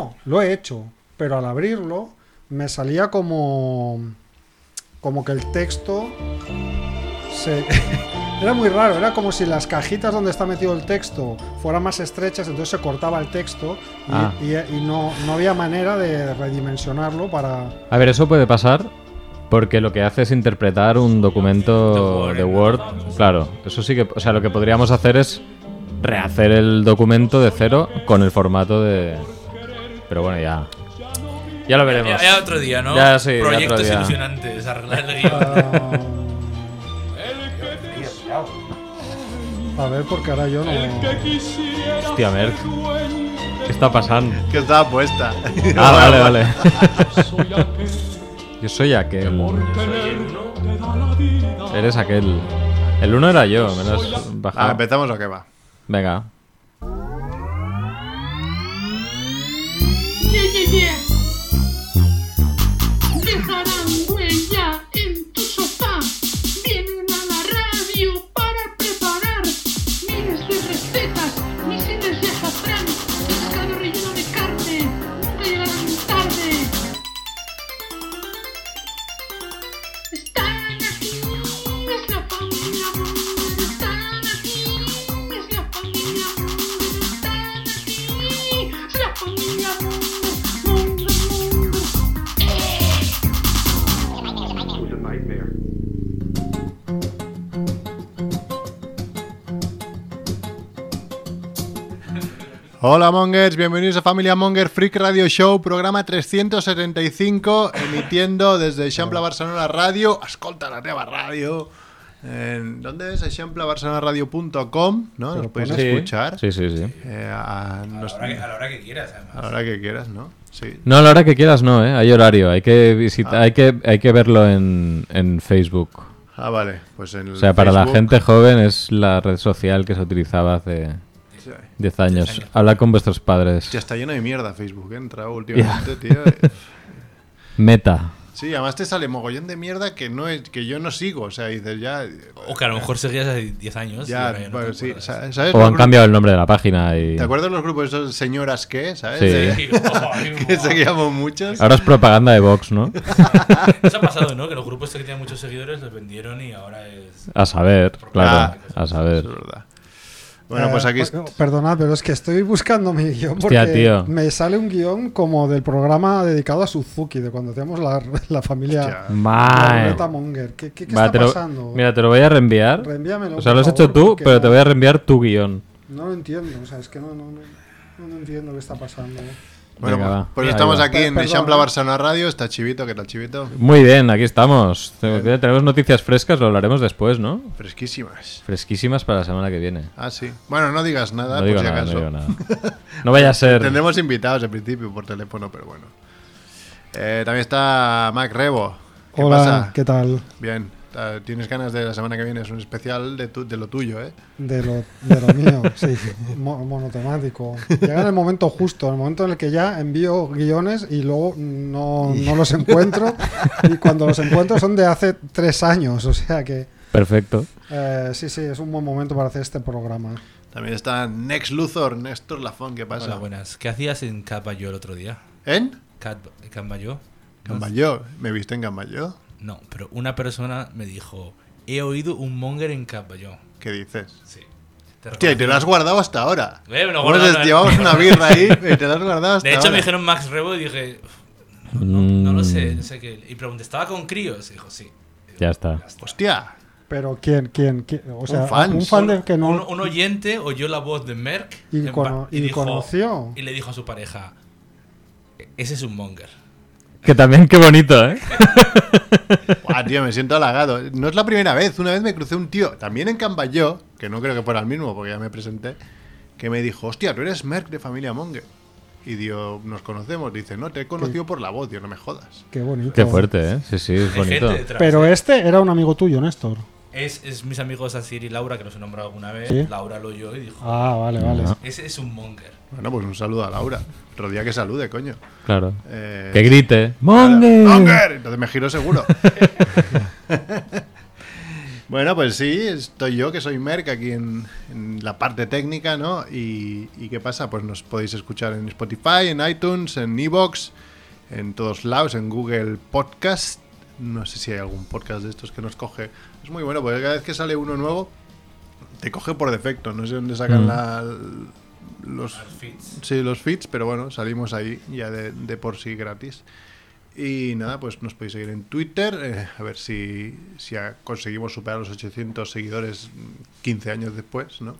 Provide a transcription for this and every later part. no, lo he hecho, pero al abrirlo me salía como como que el texto se era muy raro, era como si las cajitas donde está metido el texto fueran más estrechas, entonces se cortaba el texto y, Ah. y- y no, no había manera de redimensionarlo para... A ver, eso puede pasar porque lo que hace es interpretar un documento de Word. Claro, eso sí que. O sea, lo que podríamos hacer es rehacer el documento de cero con el formato de. Pero bueno, ya. Ya lo Ya, veremos. ya otro día, ¿no? Ya, sí, ya otro Proyectos día. ilusionantes, arreglar el guión. ah, a ver, porque ahora yo no... Hostia, Merck. ¿Qué está pasando? Que estaba puesta. Ah, vale, vale. Yo soy aquel. Eres aquel. El uno era yo, me lo has Ah, bajado. empezamos o qué va. Venga. Ye, ye, ye. Dejarán huella en tu sofá. Vienen a la radio para preparar miles de recetas, misiles de azafrán, pescado relleno de carne. Nunca llegarán tarde. Están aquí, es la familia Munger. Están aquí, es la familia Munger. Están aquí, es la familia Munger. Munger, Munger. Hola Mongers, bienvenidos a Familia Monger Freak Radio Show, programa 375, emitiendo desde Eixample Barcelona Radio, escolta la teva radio. En, ¿Dónde es? eixamplebarcelonaradio.com, ¿no? Nos Pero podéis Sí. escuchar Sí, sí, sí. eh, a, nos- A la hora que- a la hora que quieras, además. a la hora que quieras, ¿no? Sí. No, a la hora que quieras no, ¿eh? Hay horario, hay que visitar, hay, que, hay que verlo en, en Facebook. Ah, vale, pues en el O sea, para la Facebook. gente joven es la red social que se utilizaba hace 10 años. Hablad con vuestros padres. Ya está lleno de mierda Facebook, ¿eh? he entrado últimamente, tío. Meta. Sí, además te sale mogollón de mierda que no es, que yo no sigo, o sea, dices ya O que a lo mejor seguías hace 10 años. y ya, ahora no bueno, te sí, acuerdas. sa- ¿sabes? O los han gru- cambiado el nombre de la página y... ¿Te acuerdas los grupos esos señoras qué, sabes? Sí. Ah, De- Sí, joder, que seguíamos muchos. Ahora es propaganda de Vox, ¿no? Eso ha pasado, ¿no? Que los grupos que tenían muchos seguidores los vendieron y ahora es. A saber, claro, Ah, a saber. Es verdad. Bueno, pues Eh, aquí bueno, Perdonad, pero es que estoy buscando mi guión porque Hostia, tío. me sale un guión como del programa dedicado a Suzuki, de cuando teníamos la, la familia Hostia. la Mae. ruleta Monger. ¿Qué, qué- qué Ah, eh. Va, está te lo- pasando? mira, te lo voy a reenviar. Reenvíamelo, O sea, por lo has favor, hecho tú, porque pero no- te voy a reenviar tu guión. No lo entiendo, o sea, es que no, no, no, no lo entiendo qué está pasando. bueno, Venga, pues, va. pues Ahí estamos va. aquí Per- en perdón, Eixample ¿eh? Barcelona Radio, está Chivito, ¿qué tal Chivito? Muy bien, aquí estamos. Tengo- Tenemos noticias frescas, lo hablaremos después, ¿no? Fresquísimas. Fresquísimas para la semana que viene. Ah, sí. Bueno, no digas nada, No Ah, por digo si nada, acaso. no digo nada. No vaya a ser. Tendremos invitados en principio por teléfono, pero bueno. Eh, también está Mac Rebo. ¿Qué Hola, pasa? ¿qué tal? Bien, eh, tienes ganas de la semana que viene, es un especial de, tu- de lo tuyo, ¿eh? De lo, de lo mío, sí, mo- monotemático. Llega en el momento justo, en el momento en el que ya envío guiones y luego no, no los encuentro. Y cuando los encuentro son de hace tres años, o sea que Perfecto. eh, sí, sí, es un buen momento para hacer este programa. También está Nex Luthor, Néstor Lafón, ¿qué pasa? Hola, buenas. ¿Qué hacías en Caballo el otro día? ¿En? Cat- ¿Cambayó? Gambayó. ¿Me viste en Gambayó? No, pero una persona me dijo: He oído un monger en Cambayó. ¿Qué dices? Pues Sí. Te Hostia, y te lo has reconocí. guardado hasta ahora. Eh, me lo he Hemos guardado, des- eh. Llevamos una birra ahí y te lo has guardado hasta De hecho, ahora. me dijeron Max Rebo y dije: No, no- no lo Mm. sé. no sé qué. Y pregunté: ¿estaba con críos? Y dijo: Sí. Ya está. Hostia, Pero ¿quién? ¿Quién? quién? O sea, un fan. fan, de que un, no... un oyente oyó la voz de Merck Y en cono- pa- y conoció. y le dijo a su pareja: "E- Ese es un monger. Que también, qué bonito, ¿eh? Buah, tío, me siento halagado. No es la primera vez. Una vez me crucé un tío, también en Cambayó, que no creo que fuera el mismo porque ya me presenté, que me dijo, hostia, tú eres Merck de Familia Monger. Y digo, nos conocemos. Dice, no, te he conocido por la voz, tío, no me jodas. Qué bonito. Qué fuerte, ¿eh? Sí, sí, es Hay bonito. gente detrás. Pero este era un amigo tuyo, Néstor. Es, es mis amigos Asir y Laura, que los he nombrado alguna vez. Sí. Laura lo oyó y dijo: Ah, vale, vale. Ajá. Ese es un monger. Bueno, pues un saludo a Laura. Otro día que salude, coño. Claro. Eh, Que grite. nada. ¡Monger! ¡Monger! Entonces me giro seguro. Bueno, pues sí, estoy yo, que soy Merck, aquí en, en la parte técnica, ¿no? Y, y qué pasa? Pues nos podéis escuchar en Spotify, en iTunes, en Evox, en todos lados, en Google Podcast. No sé si hay algún podcast de estos que nos coge. Es muy bueno, porque cada vez que sale uno nuevo, te coge por defecto. No sé dónde sacan Mm. la- los, Al feeds. sí, los feeds, pero bueno, salimos ahí ya de, de por sí gratis. Y nada, pues nos podéis seguir en Twitter, eh, a ver si, si a- conseguimos superar los 800 seguidores mm, 15 años después, ¿no?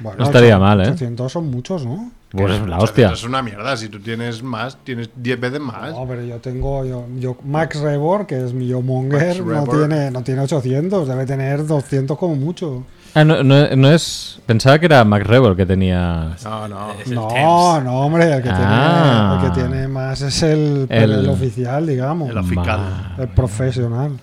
Bueno, No estaría mal, ¿eh? 800 son muchos, ¿no? Pues la 800 hostia. Es una mierda, si tú tienes más, tienes 10 veces más. No, pero yo tengo. Yo, yo- Max Rebor, que es mi yo monger, Max no Rebor. tiene, no tiene 800, debe tener 200 como mucho. Ah, no, no- no es. Pensaba que era Mac Rebel que tenía. No, no. Es el No, Thames. no, hombre, el que, Ah. tiene, el que tiene más es el, El- el oficial, digamos. El oficial. el profesional.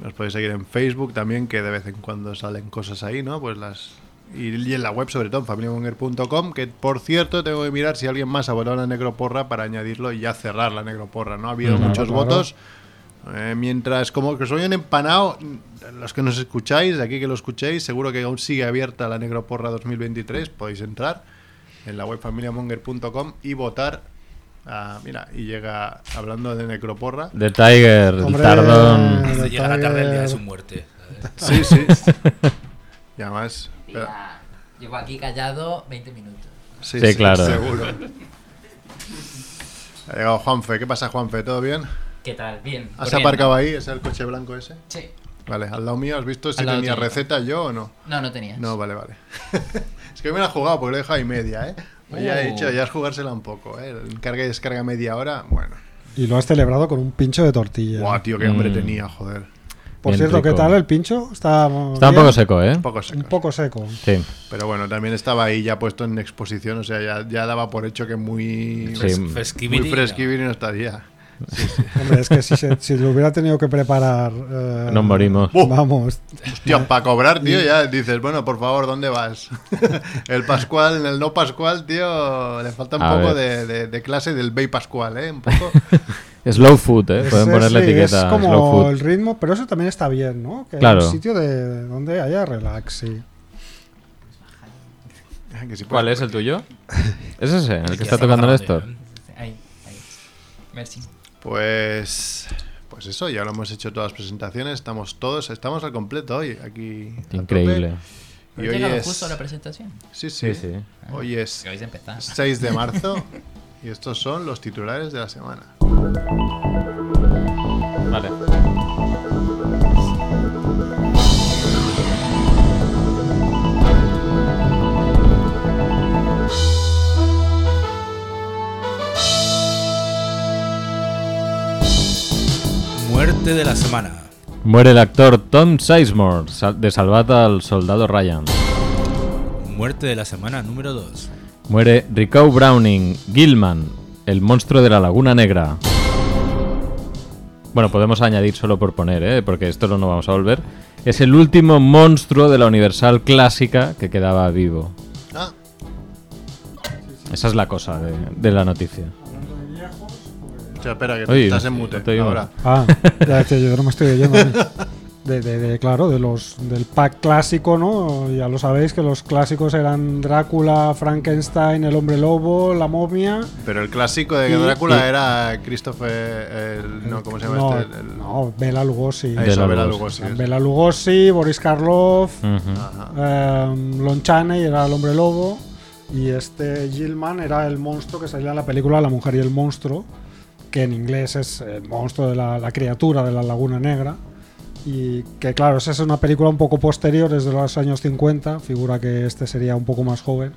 Nos podéis seguir en Facebook también, que de vez en cuando salen cosas ahí, ¿no? Pues las. Y, y en la web, sobre todo, en familiamonger.com, que por cierto, tengo que mirar si alguien más ha votado la necroporra para añadirlo y ya cerrar la necroporra, ¿no? Ha habido Claro, muchos claro. votos. Eh, mientras, como que soy un empanado, los que nos escucháis, de aquí que lo escuchéis, seguro que aún sigue abierta la necroporra 2023, podéis entrar en la web familiamonger.com y votar. Ah, mira, y llega hablando de necroporra. The Tiger, el Hombre. Tardón. Antes de llegar a tarde el día de Tiger. su muerte. ¿sabes? Sí, sí. eh, ya más. espera. Mira, llevo aquí callado 20 minutos. Sí, Sí, claro. Seguro. Ha llegado Juanfe. ¿Qué pasa, Juanfe? ¿Todo bien? ¿Qué tal? Bien. ¿Has corriendo. aparcado ahí? ¿Es el coche blanco ese? Sí. Vale, al lado mío. ¿Has visto si Al lado tenía tuyo. receta yo o no? No, no tenías. No, vale, vale. es que me la he jugado porque lo he dejado ahí media, ¿eh? Oye, ya he Oh. dicho, ya es jugársela un poco, ¿eh? El Carga y descarga media hora. Bueno. Y lo has celebrado con un pincho de tortilla. Guau, tío, qué hambre Mm. tenía, joder. Por Bien cierto, ¿qué rico. tal el pincho? Está, Está un bien? poco seco, ¿eh? Un poco Eh, seco. Un poco seco. Sí. Pero bueno, también estaba ahí ya puesto en exposición, o sea, ya, ya daba por hecho que Sí. muy. fresquivino Fres- fresquivini, Muy fresquivini no estaría. Hombre, es que si, se- si lo hubiera tenido que preparar. eh, Nos morimos. Uh. Vamos. Hostia, para cobrar, tío, ya dices, bueno, por favor, ¿dónde vas? el Pascual, en el no Pascual, tío, le falta un A poco de, ver. de- de clase del Bay Pascual, ¿eh? Un poco. Slow food, ¿eh? Pueden Es- ponerle sí, etiqueta. Es como slow food. el ritmo, pero eso también está bien, ¿no? Que Claro. es un sitio de donde haya relax, sí. Ah, Que si puedes- ¿Cuál es el tuyo? ¿Es ese? ¿El que Ya está tocando tocando, Néstor? ¿eh? Ahí, ahí. Merci. Pues. Pues eso, ya lo hemos hecho todas las presentaciones, estamos todos, estamos al completo hoy, aquí. a tope. Increíble. Y ¿He hoy llegado es. justo a la presentación? Sí, sí. Sí, sí. Hoy es Que habéis empezado. 6 de marzo y estos son los titulares de la semana. Vale. Muerte de la semana. Muere el actor Tom Sizemore sal- de Salvata al Soldado Ryan. Muerte de la semana número 2. Muere Rico Browning Gilman, el monstruo de la Laguna Negra. Bueno, podemos añadir solo por poner, ¿eh? porque esto no lo vamos a volver. Es el último monstruo de la Universal clásica que quedaba vivo. Ah, Esa es la cosa de, de la noticia. o sea, espera, que Oye, estás en sí, mute no te digo. ahora. Ah, ya que yo no me estoy oyendo. ¿eh? De, de- de- claro, de los, del pack clásico, ¿no? Ya lo sabéis que los clásicos eran Drácula, Frankenstein, el hombre lobo, la momia. Pero el clásico de Y- Drácula y- era Christopher. el- no, ¿cómo se llama no, este? El- no, Bela Lugosi. Ah, De eso, la Bela Lugosi. Lugosi. eso. Bela Lugosi, Boris Karloff, Ujú. Ajá. em, Lon Chaney era el hombre lobo. Y este Gilman era el monstruo que salía en la película La mujer y el monstruo, que en inglés es el monstruo de la, la criatura de la laguna negra. Y que claro, esa es una película un poco posterior, desde los años 50, figura que este sería un poco más joven.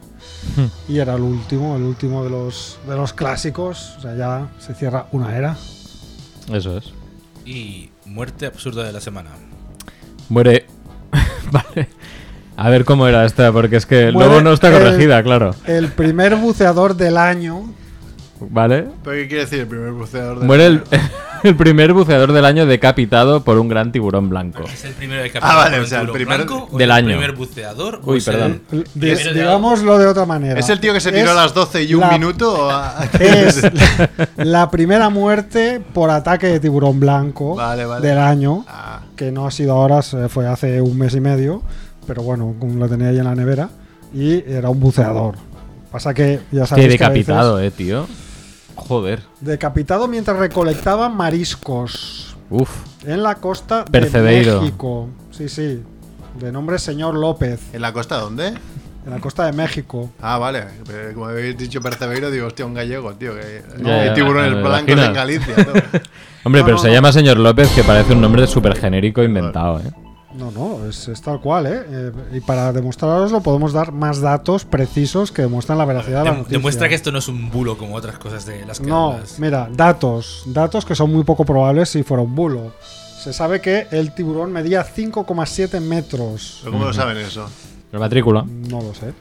Y era el último, el último de los, de los clásicos, o sea, ya se cierra una era. Eso es. Y muerte absurda de la semana. Muere. vale. A ver cómo era esta, porque es que Muere luego no está el- corregida, claro. El primer buceador del año, ¿Vale? ¿Pero qué quiere decir el primer buceador de Muere el, el primer buceador del año decapitado por un gran tiburón blanco. Pues Es el primero de Ah, vale, o sea, el primer- del año. El primer buceador. o Uy, es el- perdón. L- Primero di- de digámoslo de otra manera. ¿Es el tío que se tiró Es a las 12 y un la- minuto? a- Es la, la primera muerte por ataque de tiburón blanco Vale, vale. del año, Ah, que no ha sido ahora, se fue hace un mes y medio, pero bueno, como lo tenía ahí en la nevera, y era un buceador. Pasa que ya sabéis Qué que a veces- decapitado, eh, tío. Joder. decapitado mientras recolectaba mariscos Uf. en la costa Percebeiro. de México. Sí, sí, de nombre señor López, ¿En la costa dónde? en la costa de México. Ah, vale. Pero Como habéis dicho Percebeiro, digo, hostia, un gallego, tío. Que Ya, hay ya, tiburones me blancos imagino. en Galicia. ¿no? Hombre, No, pero no, se no. llama señor López, que parece un nombre súper genérico inventado, eh. No, no, es, es tal cual, ¿eh? Eh, Y para demostraroslo podemos dar más datos precisos que demuestran la veracidad de la Dem- noticia. Demuestra que esto no es un bulo como otras cosas de las que No, hablas. mira, datos. Datos que son muy poco probables si fuera un bulo. Se sabe que el tiburón medía 5,7 metros. ¿Pero ¿Cómo lo saben eso? La matrícula. No lo sé.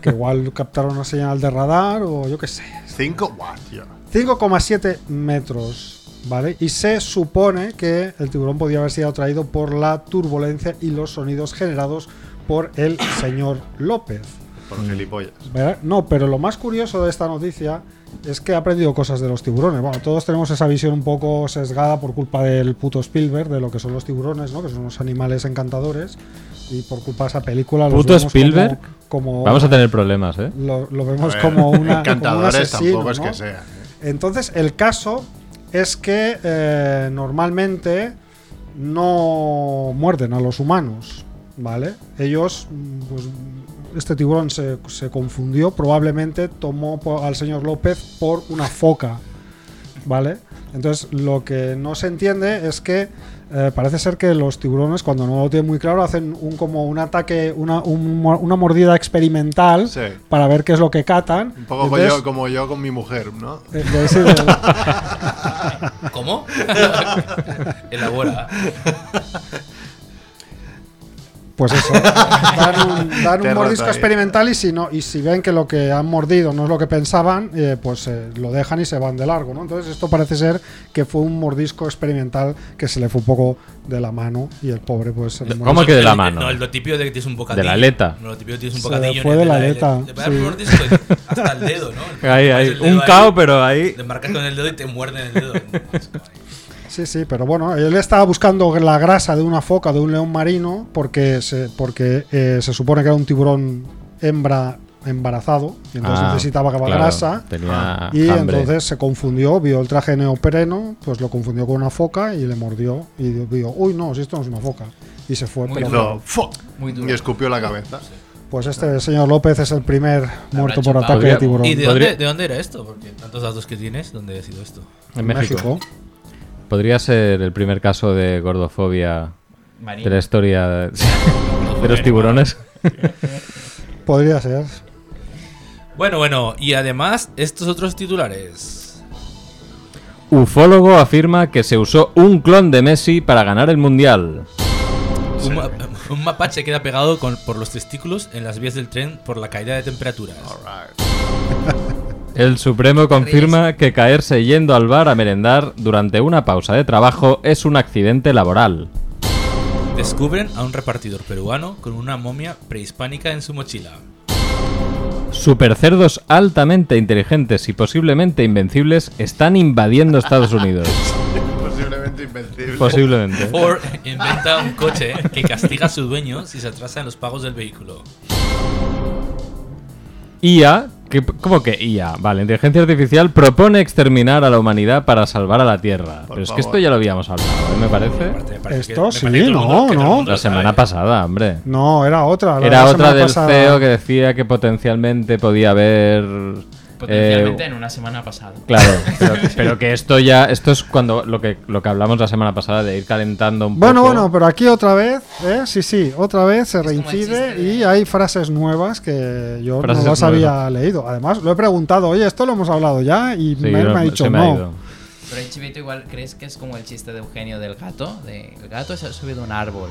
que igual captaron una señal de radar o yo qué sé. ¿Cinco? Buah, tío. 5,7 metros. ¿Vale? Y se supone que el tiburón podía haber sido atraído por la turbulencia y los sonidos generados por el señor López. Por Mm. gilipollas. ¿Verdad? No, pero lo más curioso de esta noticia es que he aprendido cosas de los tiburones. Bueno, todos tenemos esa visión un poco sesgada por culpa del puto Spielberg, de lo que son los tiburones, ¿no? Que son unos animales encantadores. Y por culpa de esa película los ¿Puto vemos como- Spielberg? Como, Vamos a tener problemas, eh. lo, lo vemos A Pues ver, como una como un Encantadores asesino, tampoco es ¿no? que sea. ¿eh? Entonces, el caso es que eh, normalmente no muerden a los humanos, ¿vale? Ellos, mm, pues, este tiburón se, se confundió, probablemente tomó po- al señor López por una foca, ¿vale? Entonces, lo que no se entiende es que eh, parece ser que los tiburones, cuando no lo tienen muy claro, hacen un, como un ataque, una, un mor- una mordida experimental Sí. para ver qué es lo que catan. Un poco como Entonces, yo, como yo con mi mujer, ¿no? eh, de ese- de- ¿Cómo? Elabora. Pues eso, dan un, dan un Te he roto mordisco ahí. experimental y si, no, y si ven que lo que han mordido no es lo que pensaban, eh, pues eh, lo dejan y se van de largo, ¿no? Entonces esto parece ser que fue un mordisco experimental que se le fue un poco de la mano y el pobre pues... se le ¿Cómo mordió. que de la El- mano? No, el lo típico de que tienes un bocadillo. De la aleta. No, lo típico tienes un Se bocadillo. fue en de el- la el- aleta, Le vas a sí. poner disco y- hasta el dedo, ¿no? Ahí, Pones ahí. el dedo Un ahí, cao, pero ahí. Le marcas con el dedo y te muerden el dedo. Sí, sí, pero bueno, él estaba buscando la grasa de una foca, de un león marino, porque se, porque, eh, se supone que era un tiburón hembra embarazado, y entonces Ah, necesitaba claro, grasa. Tenía Y hambre. entonces se confundió, vio el traje neopreno, pues lo confundió con una foca y le mordió. Y dijo, uy, no, si esto no es una foca. Y se fue. Muy pero duro. bueno, Hizo ¡fu! Muy duro. y escupió la cabeza. pues este señor López es el primer muerto por chupado. ataque de Podría- tiburón. ¿Y de En dónde, Podría- de dónde era esto? Porque tantos datos que tienes, ¿dónde ha sido esto? En México. Podría ser el primer caso de gordofobia de la Marín. historia de, de eh. los tiburones. Podría ser. Bueno, bueno, y además, estos otros titulares. Ufólogo afirma que se usó un clon de Messi para ganar el mundial. Un, ma- un mapache queda pegado con- por los testículos en las vías del tren por la caída de temperaturas. Alright. El Supremo confirma que caerse yendo al bar a merendar durante una pausa de trabajo es un accidente laboral. Descubren a un repartidor peruano con una momia prehispánica en su mochila. Supercerdos altamente inteligentes y posiblemente invencibles están invadiendo Estados Unidos. Posiblemente invencible. Pues Posiblemente. Ford inventa un coche que castiga a su dueño si se atrasa en los pagos del vehículo. IA, que- ¿cómo que IA? Vale, inteligencia artificial propone exterminar a la humanidad para salvar a la Tierra. Por Pero es que favor. esto ya lo habíamos hablado, ¿eh? me parece. Me parece Esto me sí, parece que todo el no, que todo el no. mundo La lo sabe. semana pasada, hombre. No, era otra. la Era la otra semana del pasada. CEO que decía que potencialmente podía haber... Potencialmente eh, en una semana pasada. Claro, pero, pero que esto ya, esto es cuando lo que lo que hablamos la semana pasada de ir calentando un Bueno, poco. bueno, pero aquí otra vez, ¿eh? sí, sí, otra vez se como el reincide chiste ¿eh? y de- hay frases nuevas que yo Frases no las nuevas. había leído. Además, lo he preguntado, oye, esto lo hemos hablado ya y Sí, Mer me ha se dicho me ha no. ido. Pero el chivito igual crees que es como el chiste de Eugenio del gato. De, el gato se ha subido a un árbol.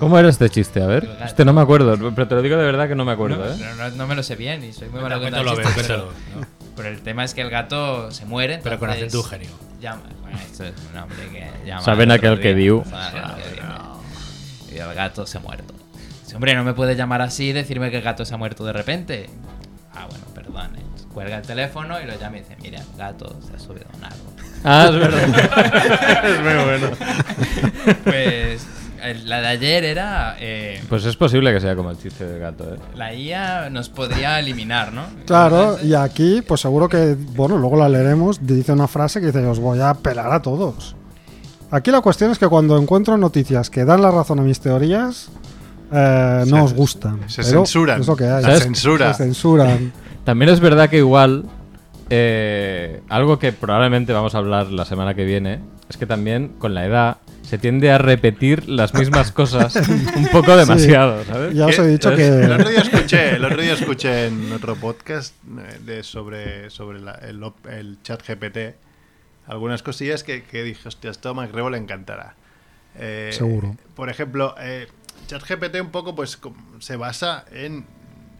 ¿Cómo era este chiste? A ver, este no me acuerdo, pero te lo digo de verdad que no me acuerdo, ¿eh? Pero no, no me lo sé bien y soy muy malo Cuéntalo, contando cuéntalo, chistes. cuéntalo, Pero, pero el tema es que el gato se muere. Pero con entonces- acento Eugenio. llama. Bueno, esto es un hombre que llama. Saben al aquel otro que día, diu. saben aquel que diu. Y el gato se ha muerto. Ese hombre no me puede llamar así y decirme que el gato se ha muerto de repente. Ah, bueno, perdón. Entonces, Cuelga el teléfono y lo llama y dice: Mira, el gato se ha subido a un árbol. Ah, es verdad. Pues el- la de ayer era. eh, Pues es posible que sea como el chiste del gato, ¿eh? la IA nos podría eliminar, ¿no? Claro, Entonces, y aquí, pues seguro que, bueno, luego la leeremos, dice una frase que dice, os voy a pelar a todos. Aquí la cuestión es que cuando encuentro noticias que dan la razón a mis teorías, eh, no Se- os gustan. se pero censuran. Es lo que hay. La Se- censura. Se censuran. También es verdad que igual eh, algo que probablemente vamos a hablar la semana que viene es que también con la edad se tiende a repetir las mismas cosas un poco demasiado, ¿Eh? ¿sabes? Ya os he dicho El otro que... día escuché, el otro día escuché en otro podcast eh, de sobre, sobre la- el, op- el chat GPT algunas cosillas que, que dije, hostia, esto a MacRebo le encantará. Eh, Seguro. Por ejemplo, eh, ChatGPT un poco pues com- se basa en,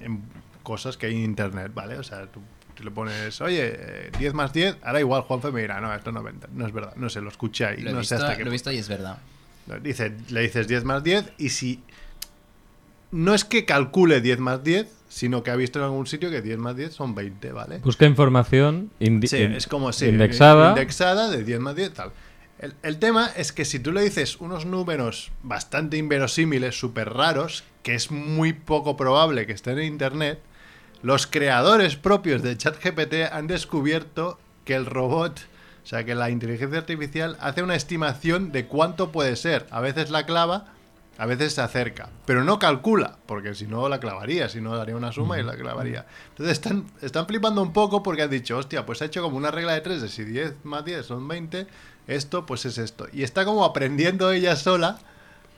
en cosas que hay en internet, ¿vale? O sea, tú, tú le pones, oye, eh, 10 más 10, ahora igual Juanfe me dirá, no, esto 90, no es verdad, no sé, lo escuché ahí, Lo he, no visto, sé hasta qué lo he punto. visto y es verdad. No, Dice, le dices 10 más 10 y si... No es que calcule 10 más 10, sino que ha visto en algún sitio que 10 más 10 son 20, ¿vale? Busca información indi- Sí, es como si... indexada. Indexada de 10 más 10, tal. El, el tema es que si tú le dices unos números bastante inverosímiles, súper raros, que es muy poco probable que estén en Internet, los creadores propios de ChatGPT han descubierto que el robot, o sea, que la inteligencia artificial hace una estimación de cuánto puede ser. A veces la clava, a veces se acerca, pero no calcula, porque si no la clavaría, si no daría una suma y la clavaría. Entonces están, están flipando un poco porque han dicho, hostia, pues ha hecho como una regla de tres de si 10 más 10 son 20, esto pues es esto. Y está como aprendiendo ella sola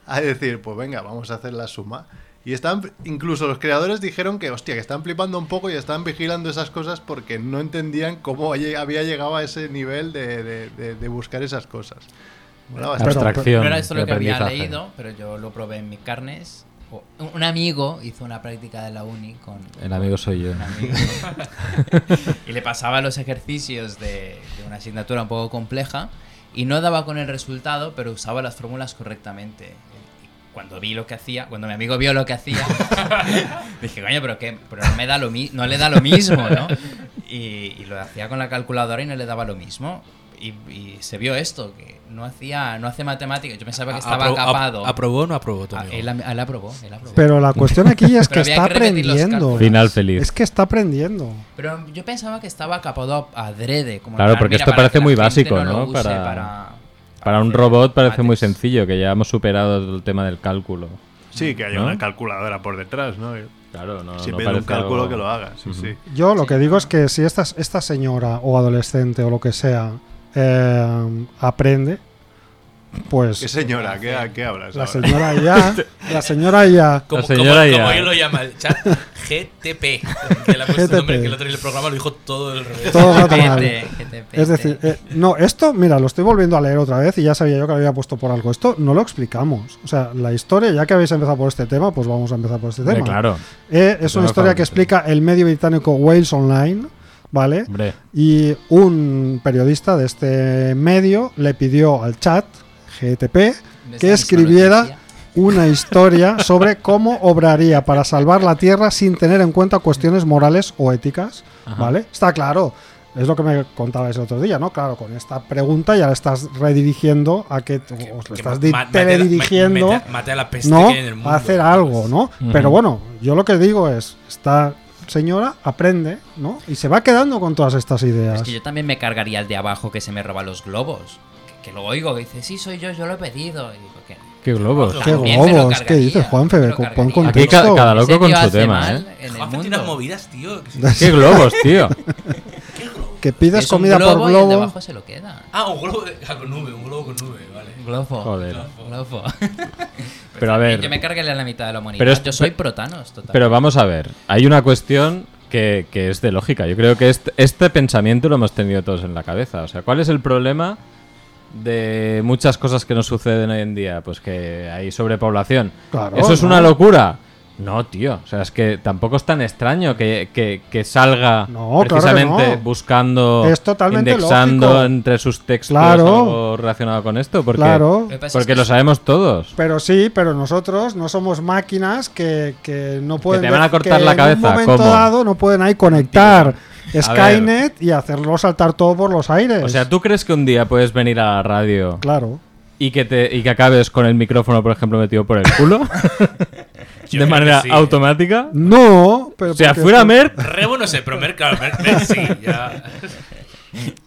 a decir, pues venga, vamos a hacer la suma. Y están, incluso los creadores dijeron que, hostia, que están flipando un poco y están vigilando esas cosas porque no entendían cómo lle- había llegado a ese nivel de, de- de- de buscar esas cosas. Mola bastante. abstracción. No era esto lo de que había aprendizaje. leído, pero yo lo probé en mis carnes. O- Un amigo hizo una práctica de la uni con El amigo soy yo. un amigo y le pasaba los ejercicios de, de una asignatura un poco compleja y no daba con el resultado, pero usaba las fórmulas correctamente. Y Cuando vi lo que hacía, cuando mi amigo vio lo que hacía, dije, coño, pero qué, pero no me da lo mi- no le da lo mismo, ¿no? Y, y lo hacía con la calculadora y no le daba lo mismo. Y, y se vio esto, que no hacía, no hace matemáticas. Yo pensaba que estaba Apro- ap- capado. ¿Aprobó o no aprobó tu Ah, amigo? él, am- él aprobó, él aprobó. Pero la cuestión aquí es que Pero había está que repetir los aprendiendo. cálculos. Final feliz. Es que está aprendiendo. Pero yo pensaba que estaba capado a- adrede. Como en Claro, plan, porque mira, esto para parece que la muy gente básico, lo ¿no? use Para- para Para un hacer robot parece muy mates. sencillo, que ya hemos superado el tema del cálculo. Sí, que haya ¿No? una calculadora por detrás, ¿no? Claro, no, si no pide un parece cálculo algo- que lo haga, sí, sí. Yo lo que digo es que si esta, esta señora o adolescente o lo que sea eh, aprende, pues ¿Qué señora? ¿Qué, a qué Pues hablas? la ahora? señora ya, la señora ya, Como, La señora como- ya. como él lo llama, el chat GTP. Que le ha puesto el GTP. nombre que el otro día en el programa lo dijo todo el revés. todo el rato mal. GT, GT, Es decir, eh, no, esto, mira, lo estoy volviendo a leer otra vez y ya sabía yo que lo había puesto por algo. Esto no lo explicamos. O sea, la historia, ya que habéis empezado por este tema, pues vamos a empezar por este Eh, tema. claro, Eh, es Tema una historia favorito. que explica el medio británico Wales Online, ¿vale? hombre. Y un periodista de este medio le pidió al chat, GTP, que escribiera una historia sobre cómo obraría para salvar la Tierra sin tener en cuenta cuestiones morales o éticas, Ajá. ¿vale? Está claro. Es lo que me contabais el otro día, ¿no? Claro, con esta pregunta ya la estás redirigiendo a que, o la Que estás ma- di- mate a la- teledirigiendo mate a- mate a la este peste ¿no? que hay en el mundo. A hacer pues. algo, ¿no? Ujú. Pero bueno, yo lo que digo es, esta señora aprende, ¿no? Y se va quedando con todas estas ideas. Es que yo también me cargaría al de abajo que se me roba los globos. Que, que lo oigo, que dice, sí, soy yo, yo lo he pedido. Y digo, que Qué globos. Qué también me lo globos, ¿qué cargaría, dices, Juanfe? me lo Pon cargaría. contexto. Aquí ca- cada Ese loco con tío su hace tema, mal ¿eh? En el Juanfe tiene unas mundo. movidas, tío. que sí. Qué globos, tío. Que pides Es un comida por globo y el de globo. abajo se lo queda. Ah, un globo de- ah, con nube, un globo con nube, vale. Glofo. Joder. Glofo. Pero a ver. Yo me cargaría a la mitad de la humanidad. Pero es- yo soy protanos, total. Pero vamos a ver, hay una cuestión que, que es de lógica. Yo creo que est- este pensamiento lo hemos tenido todos en la cabeza. O sea, ¿cuál es el problema de muchas cosas que nos suceden hoy en día? Pues que hay sobrepoblación. Claro, ¿Eso es ¿no? una locura? No, tío. O sea, es que tampoco es tan extraño que, que- que salga No, claro que precisamente no. buscando, Es totalmente indexando lógico. entre sus textos Claro. algo relacionado con esto. Porque, Claro. Lo que pasa es porque que- lo sabemos todos. Pero sí, pero nosotros no somos máquinas que, que no pueden. te van a dec- cortar que la En un cabeza, momento ¿cómo? dado no pueden ahí conectar ver. Skynet y hacerlo saltar todo por los aires. O sea, ¿tú crees que un día puedes venir a la radio Claro. y que, te, y que acabes con el micrófono, por ejemplo, metido por el culo? de creo manera que sí, ¿eh? automática. No, pero. O sea, porque fuera esto- Merck, Rebo no sé, pero Merck, claro, Merck, Merck sí, ya.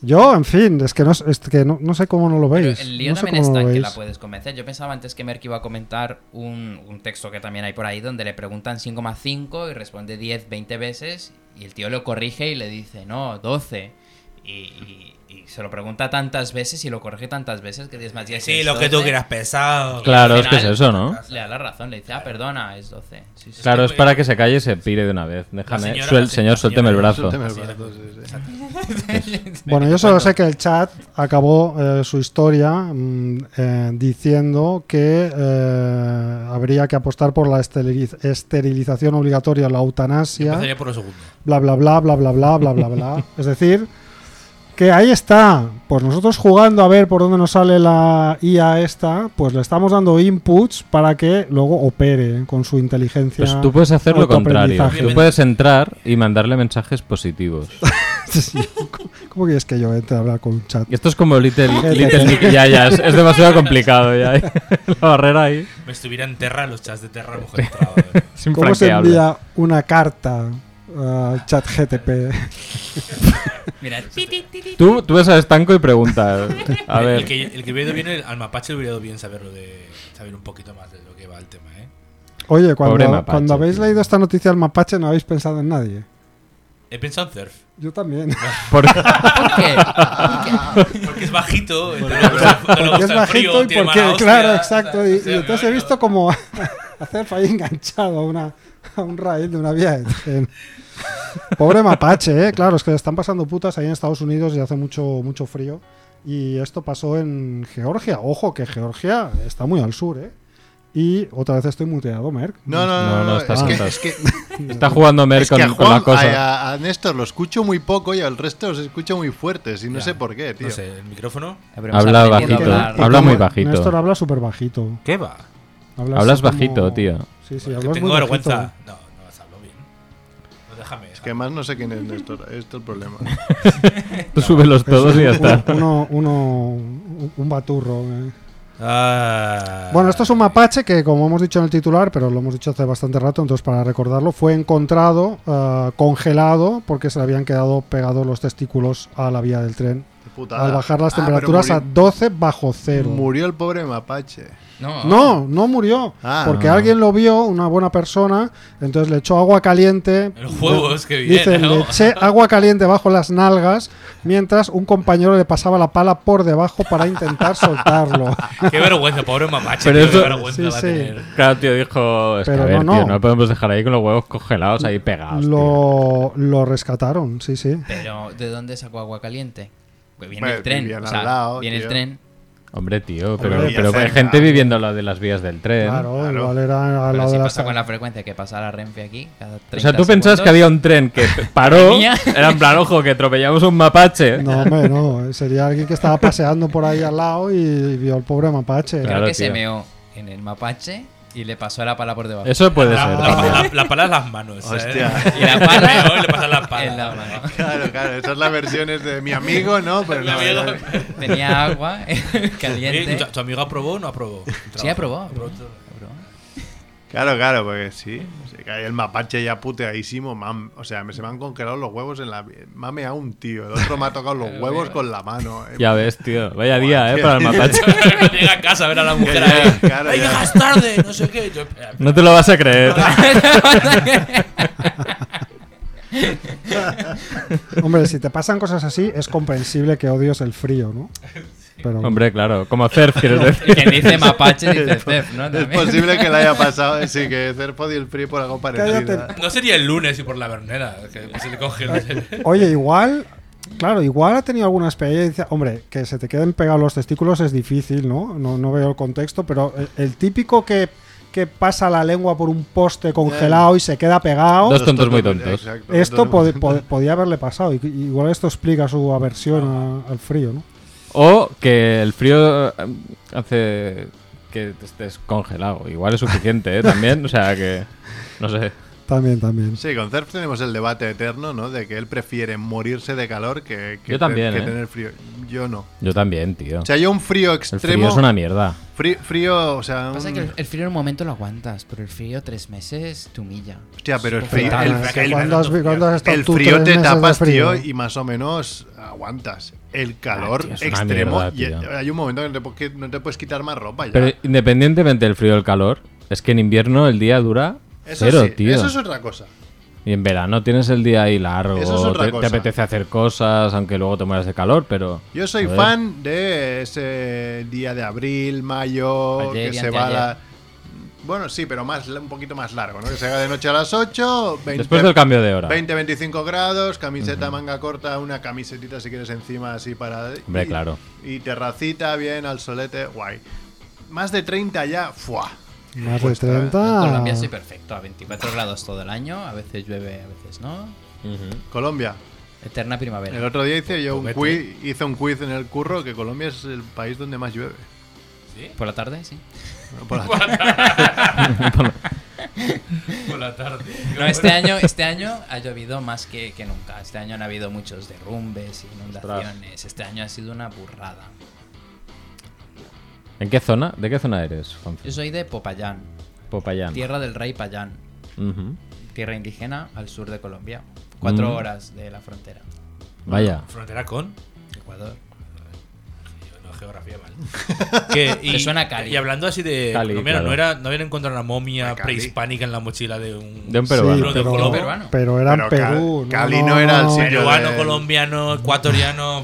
Yo, en fin, es que no, es que no, no sé cómo no lo Pero veis. el lío no sé también cómo está no lo en que veis. la puedes convencer. Yo pensaba antes que Merck iba a comentar un, un texto que también hay por ahí donde le preguntan 5,5 y responde 10, 20 veces y el tío lo corrige y le dice, no, 12. Y, y- y se lo pregunta tantas veces y lo corrige tantas veces que 10 más 10 Sí, es lo que tú 12. quieras pesado. Claro, Al es que es final- eso, ¿no? Le da la razón, le dice, ah, perdona, es 12. Sí, sí. Claro, que es voy- para que se calle y se pire de una vez. Déjame. señora- suel- la señor, señora- suélteme el brazo. Suéltame el brazo, sí, sí. Bueno, yo solo sé que el chat acabó eh, su historia mm, eh, diciendo que eh, habría que apostar por la esteriliz- esterilización obligatoria, la eutanasia. Empezaría por lo segundo. bla bla bla bla bla bla bla bla bla. Es decir, que ahí está. Pues nosotros jugando a ver por dónde nos sale la IA esta, pues le estamos dando inputs para que luego opere con su inteligencia. Pues tú puedes hacer lo contrario. autoaprendizaje. Tú puedes entrar y mandarle mensajes positivos. ¿Cómo quieres que yo entre a hablar con un chat? Y esto es como Little, Gente. Little Nick- Ya, ya, es, es demasiado complicado. Ya. hay La barrera ahí Me estuviera en Terra, los chats de Terra a lo mejor entraba. ¿eh? es infranqueable. ¿Cómo se envía una carta a chat GTP? Mira, Tú, tú ves a Estanco y preguntas. A El- El ver, que, el que hubiera ido bien, el- al mapache le hubiera ido bien saberlo de, saber un poquito más de lo que va el tema, ¿eh? Oye, Pobre cuando, mapache, cuando habéis tío. leído esta noticia del mapache no habéis pensado en nadie. He pensado en Surf. Yo también. por- ¿por qué? Porque es bajito, entonces no le gusta- no Porque le es gusta el frío, bajito y tiene porque, mala hostia, claro, o exacto. sea, Y, o sea, y entonces he visto como hacer ahí enganchado a, una, a un rail de una vía de tren. Pobre mapache, ¿eh? claro, es que están pasando putas ahí en Estados Unidos y hace mucho, mucho frío. Y esto pasó en Georgia. Ojo, que Georgia está muy al sur, ¿eh? Y otra vez estoy muteado, Merck. No, no, No, no, no, no, estás es, que, sentada. es que- está jugando Mer es con, que a con Juan- la cosa. a- a Néstor lo escucho muy poco y al resto los escucho muy fuertes y no Ya. sé por qué, tío. No sé, el micrófono. Habla Porque- bajito, porque habla muy Néstor bajito. Néstor habla súper bajito. ¿Qué va? Habla Hablas así como- bajito, tío. Sí, sí, Que hablas tengo muy bajito. vergüenza. No, no vas a hablar bien. No, déjame. Es que además no sé quién es Néstor, esto es el problema. Tú súbelos todos y ya está. Uno, uno, un- un baturro. ¿eh? Ah. Bueno, esto es un mapache que, como hemos dicho en el titular, pero lo hemos dicho hace bastante rato, entonces para recordarlo, fue encontrado ah, congelado porque se le habían quedado pegados los testículos a la vía del tren Qué putada. al bajar las Ah, temperaturas pero a 12 bajo cero. murió, murió el pobre mapache. No, No, no murió, Ah. porque alguien lo vio, una buena persona, entonces le echó agua caliente. El juego es que bien. Dice, ¿no? le eché agua caliente bajo las nalgas mientras un compañero le pasaba la pala por debajo para intentar soltarlo. Ah, Qué vergüenza, pobre mapache. Pero tío, eso- qué vergüenza sí, va a sí. tener. Claro, tío, dijo. Es que, a Pero ver, no, tío, no. no podemos dejar ahí con los huevos congelados ahí pegados. tío. Lo, lo rescataron, sí, sí. Pero ¿de dónde sacó agua caliente? Pues viene Hombre, el tren. vivían o sea, al lado, viene el tío. tren. Hombre, tío, pero, Hombre, pero ya hay sé, gente claro. viviendo la de las vías del tren. Claro, Claro. igual era al Pero lado si de la pasa con la frecuencia que pasa la Renfe aquí, cada 30 O sea, tú pensabas segundos, que había un tren que paró. Venía. Era en plan, ojo, que atropellamos un mapache. No, hombre, no. Sería alguien que estaba paseando por ahí al lado y vio al pobre mapache. Creo Claro, que se tío. meó en el mapache y le pasó la pala por debajo. Eso puede La, ser. la- también. la- la pala en las manos. ¿sabes? Hostia. Y la Se meó pala y le pasó la pala. en la mano. Claro, claro, esa es la versión es de mi amigo, ¿no? Pero Mi no, amigo- no, no. Tenía agua eh, Oye, caliente. ¿tu, tu amigo aprobó o no aprobó? Sí, aprobó. aprobó. Claro, claro, porque sí. sí, que ahí el mapache ya puteadísimo. mam- o sea, me, se me han congelado los huevos en la. Mame a un tío. El otro me ha tocado los huevos con la mano. eh. Ya ves, tío. Vaya día, ¿eh? tío. Para el mapache. Llega a casa a ver a la Ya, mujer ya, ahí. claro, ¡Ay, ya. llegas tarde! No sé qué. Yo, espera, espera. No te lo vas a creer. Hombre, si te pasan cosas así, es comprensible que odios el frío, ¿no? Pero, Hombre, claro. Como surf, quieres decir. Quien dice mapache dice Steph, ¿no? Es También. posible que le haya pasado. eh, Sí, que Cerpo y el Free por algo parecido. eh. Cállate. No sería el lunes y por la vernera. Que se le coge el- oye, igual, claro, igual ha tenido alguna experiencia. Hombre, que se te queden pegados los testículos es difícil, ¿no? No, no veo el contexto, pero el, el típico que, que pasa la lengua por un poste congelado y se queda pegado. Dos tontos muy tontos. Exacto, Esto dos pod- tontos muy pod- podía haberle pasado. y- y Igual esto explica su aversión a- al frío, ¿no? O que el frío eh, hace que te estés congelado. Igual es suficiente, ¿eh? También, o sea que. No sé. También, también. Sí, con Cerf tenemos el debate eterno, ¿no? De que él prefiere morirse de calor que, que Yo también, que ¿eh? tener frío. Yo no. Yo también, tío. O sea, yo un frío El extremo. frío es una mierda. frí- frío, o sea. Pasa un- que el, el frío en un momento lo aguantas, pero el frío tres meses te humilla. Hostia, pero el Es frío, fatal. el, Ah, el- ¿cuándo has vi- cuándo has estado el tú frío tres te meses de tapas, frío? tío, y más o menos aguantas. El calor Ah, tío, es una extremo. mierda, y tío. hay un momento que no te, po- que no te puedes quitar más ropa ya. Pero independientemente del frío o el calor, es que en invierno el día dura eso cero, sí, tío. Eso es otra cosa. Y en verano tienes el día ahí largo. Eso es otra te, te cosa. apetece hacer cosas, aunque luego te mueras de calor, pero. Yo soy joder, fan de ese día de abril, mayo, Ayer y que se va a la- anteayer. Bueno, sí, pero más un poquito más largo, ¿no? Que se haga de noche a las 8, 20, Después del cambio de hora. 20, 25 grados, camiseta manga corta, una camisetita si quieres encima así para... Hombre, y- claro. Y terracita bien al solete, guay. Más de 30 ya, ¡fua! Más de Ah. En 30. Colombia soy perfecto, a 24 grados todo el año, a veces llueve, a veces no. Ujú. Colombia. Eterna primavera. El otro día hice yo un Vete. quiz, hice un quiz en el curro que Colombia es el país donde más llueve. ¿Sí? Por la tarde, sí. Por la- Por la tarde. No, este año, este año ha llovido más que, que nunca. Este año han habido muchos derrumbes, inundaciones. Este año ha sido una burrada. ¿En qué zona? ¿De qué zona eres, Juanfe? Yo soy de Popayán, Popayán. tierra del rey Payán, Ujú. tierra indígena al sur de Colombia. Cuatro Mm. horas de la frontera. Vaya. Frontera con. Ecuador. No, geografía mal. Que, Te suena a Cali. Y hablando así de. Cali, no, mira, claro. no, era, no habían encontrado una momia De Cali. prehispánica en la mochila de un. De un Sí, peruano. Pero de pero, peruano. pero era en Pero Cal- Perú. Cali no era el sitio. Peruano, de- colombiano, ecuatoriano.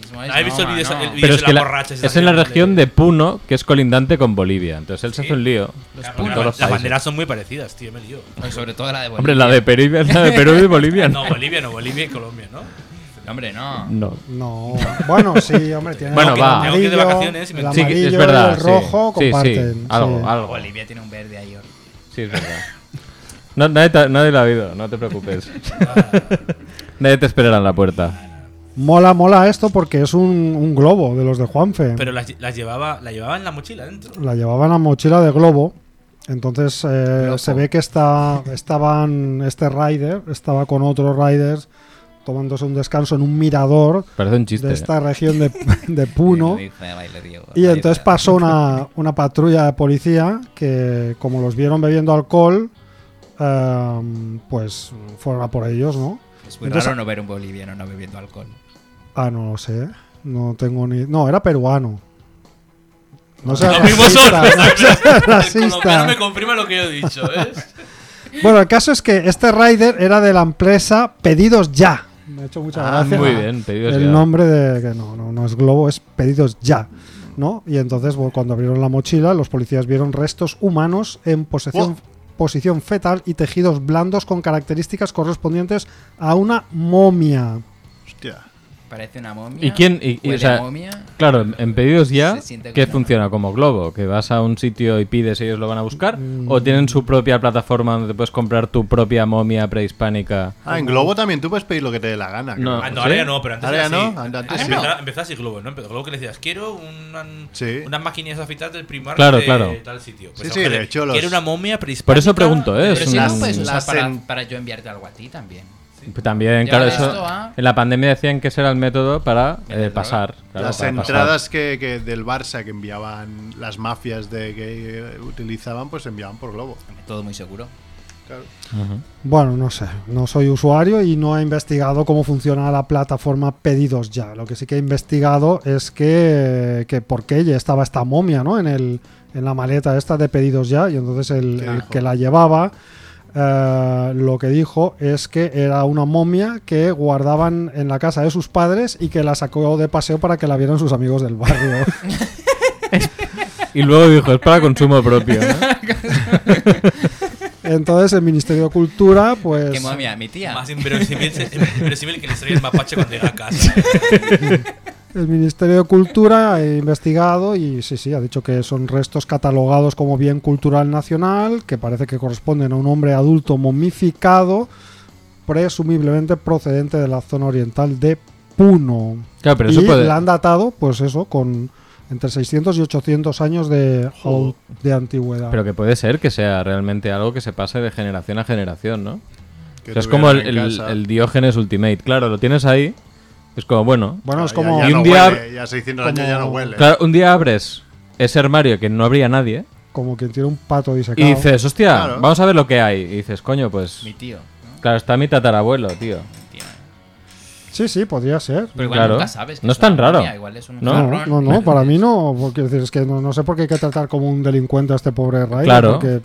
Mismo ¿Habéis Ah, visto el ma, vídeo ese- el vídeo? Pero de es que la- la borracha esa es en la que- región de Puno, que es colindante con Bolivia. Entonces él se hace un lío. Los Claro, con punos. todos los Las países. banderas son muy parecidas, tío, me lío. Bueno, Sobre todo la de Bolivia. Hombre, la de Perú y, la de Perú y Bolivia. No, Bolivia, no, Bolivia y Colombia, ¿no? Hombre, no. No. No, bueno, sí, hombre, tiene Bueno, el va. amarillo, Tengo que ir de vacaciones y me- el Sí, amarillo es y verdad. el sí. rojo sí, comparten. sí, algo, ah. sí. algo. Bolivia tiene un verde ahí. horrible. Sí, es verdad. No, nadie, te- nadie lo ha oído, no te preocupes. nadie te esperará en la puerta. Mola, mola esto porque es un, un globo de los de Juanfe. Pero las, las llevaba, la llevaba en la mochila dentro. La llevaban a mochila de globo. Entonces eh, se ve que está, estaban este rider, estaba con otros riders tomándose un descanso en un mirador Parece un chiste. de esta región de, de Puno. Lo dice, baile, Diego, Y Pues baile. entonces pasó una, una patrulla de policía que, como los vieron bebiendo alcohol, ehm, pues fueron a por ellos, ¿no? Es muy entonces- raro no ver un boliviano no bebiendo alcohol. Ah, no lo sé. No tengo ni. No, era peruano. No seas Lo mismo son. racista, no seas El racista. colombiano me confirma lo que yo he dicho, ¿ves? Bueno, el caso es que este rider era de la empresa Pedidos Ya. Me ha hecho mucha Ah, gracia. Muy bien, pedidos el ya. nombre de que no, no, no es Globo, es Pedidos Ya. ¿No? Y entonces, bueno, cuando abrieron la mochila, los policías vieron restos humanos en posesión- posición fetal y tejidos blandos con características correspondientes a una momia. Hostia. Parece una momia. ¿Y quién? y- y, o huele sea, a momia. Claro, en- en pedidos ya, Se siente ¿qué como- funciona? ¿Como Globo? ¿Que vas a un sitio y pides y ellos lo van a buscar? Mm. ¿O tienen su propia plataforma donde puedes comprar tu propia momia prehispánica? Ah, en Globo también tú puedes pedir lo que te dé la gana. No. creo. Ah, no, ¿Sí? ahora ya no, pero antes Ahora era ya así. no, antes Antes sí. empezaba- empezaba así Globo, ¿no? Empezó Globo que le decías, quiero una- Sí. unas maquinillas afiladas del primar Claro, de claro. tal sitio. Pues, Sí, sí, ojalá, de hecho los- Quiero una momia prehispánica. Por eso pregunto, ¿eh? Pero Es si un- no puedes usar las para, en- para yo enviarte algo a ti también. Pues También, Y claro, ahora eso. esto va- En la pandemia decían que ese era el método para Vender eh, droga. pasar. claro, las para pasar. entradas que, que del Barça que enviaban las mafias de que eh, utilizaban, pues enviaban por Globo. Todo muy seguro. Claro. Bueno, no sé, no soy usuario y no he investigado cómo funciona la plataforma Pedidos Ya. Lo que sí que he investigado es que, que por qué ya estaba esta momia ¿no? en, el, en la maleta esta de Pedidos Ya y entonces el, ¿Qué el dijo? que la llevaba eh, lo que dijo es que era una momia que guardaban en la casa de sus padres y que la sacó de paseo para que la vieran sus amigos del barrio. Y luego dijo, es para consumo propio. ¿no? entonces el Ministerio de Cultura pues... ¿Qué momia? Mi tía. Más inverosímil, inverosímil que la historia del mapache cuando llega a casa. El Ministerio de Cultura ha investigado y sí, sí, ha dicho que son restos catalogados como bien cultural nacional, que parece que corresponden a un hombre adulto momificado, presumiblemente procedente de la zona oriental de Puno. Claro, pero y eso puede- la han datado, pues eso, con entre 600 y 800 años de, de antigüedad. Pero que puede ser que sea realmente algo que se pase de generación a generación, ¿no? Que O sea, es tuvieran como el, en el- casa. el Diógenes Ultimate. Claro, lo tienes ahí. Es como, bueno. bueno, es Ya- como... ya Y no un día- huele, ya 600 años ya no como- huele. Claro, un día abres ese armario que no habría nadie como quien tiene un pato y disecado. dices, hostia, Claro. vamos a ver lo que hay. Y dices, coño, pues. Mi tío, ¿no? Claro, está mi tatarabuelo, tío. Tío. Sí, sí, podría ser. Pero igual Claro. nunca sabes. que No es tan una raro. momia, Igual es un No, No, jarrón. no, no, para mí no. porque Quiero decir, es que no, no sé por qué hay que tratar como un delincuente a este pobre Ray. Claro. Porque,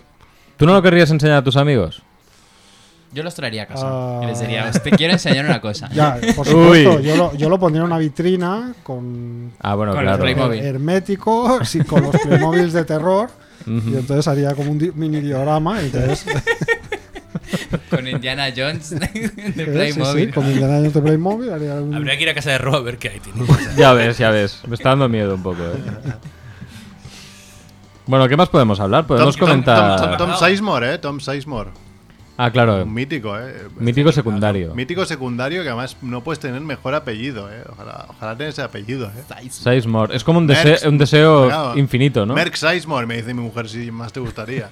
¿Tú no lo querrías enseñar a tus amigos? Yo los traería a casa. Ah. Y les diría, "Os te quiero enseñar una cosa. ya, por Uy. supuesto, yo lo, yo lo pondría en una vitrina con Ah, bueno, Con el claro. Playmobil. hermético, sí, con los Playmobiles de terror. Y entonces haría como un di- mini diorama. y Entonces, eh, Con Indiana Jones de sí, sí, Playmobil. con Indiana Jones de Playmovel haría un- Habría que ir a casa de Rob a ver qué hay. Pues tiene. Ya ves, ya ves. Me está dando miedo un poco, eh. Bueno, ¿qué más podemos hablar? Podemos comentar. Tom, Tom Sizemore, ¿eh? Tom Sizemore. Ah, claro. Un mítico, ¿eh? Mítico secundario. Mítico secundario que además no puedes tener mejor apellido, ¿eh? Ojalá, ojalá tengas ese apellido, ¿eh? Sizemore. Es como un, Merck- dese- un deseo Claro. infinito, ¿no? Merck Sizemore, me dice mi mujer, si más te gustaría.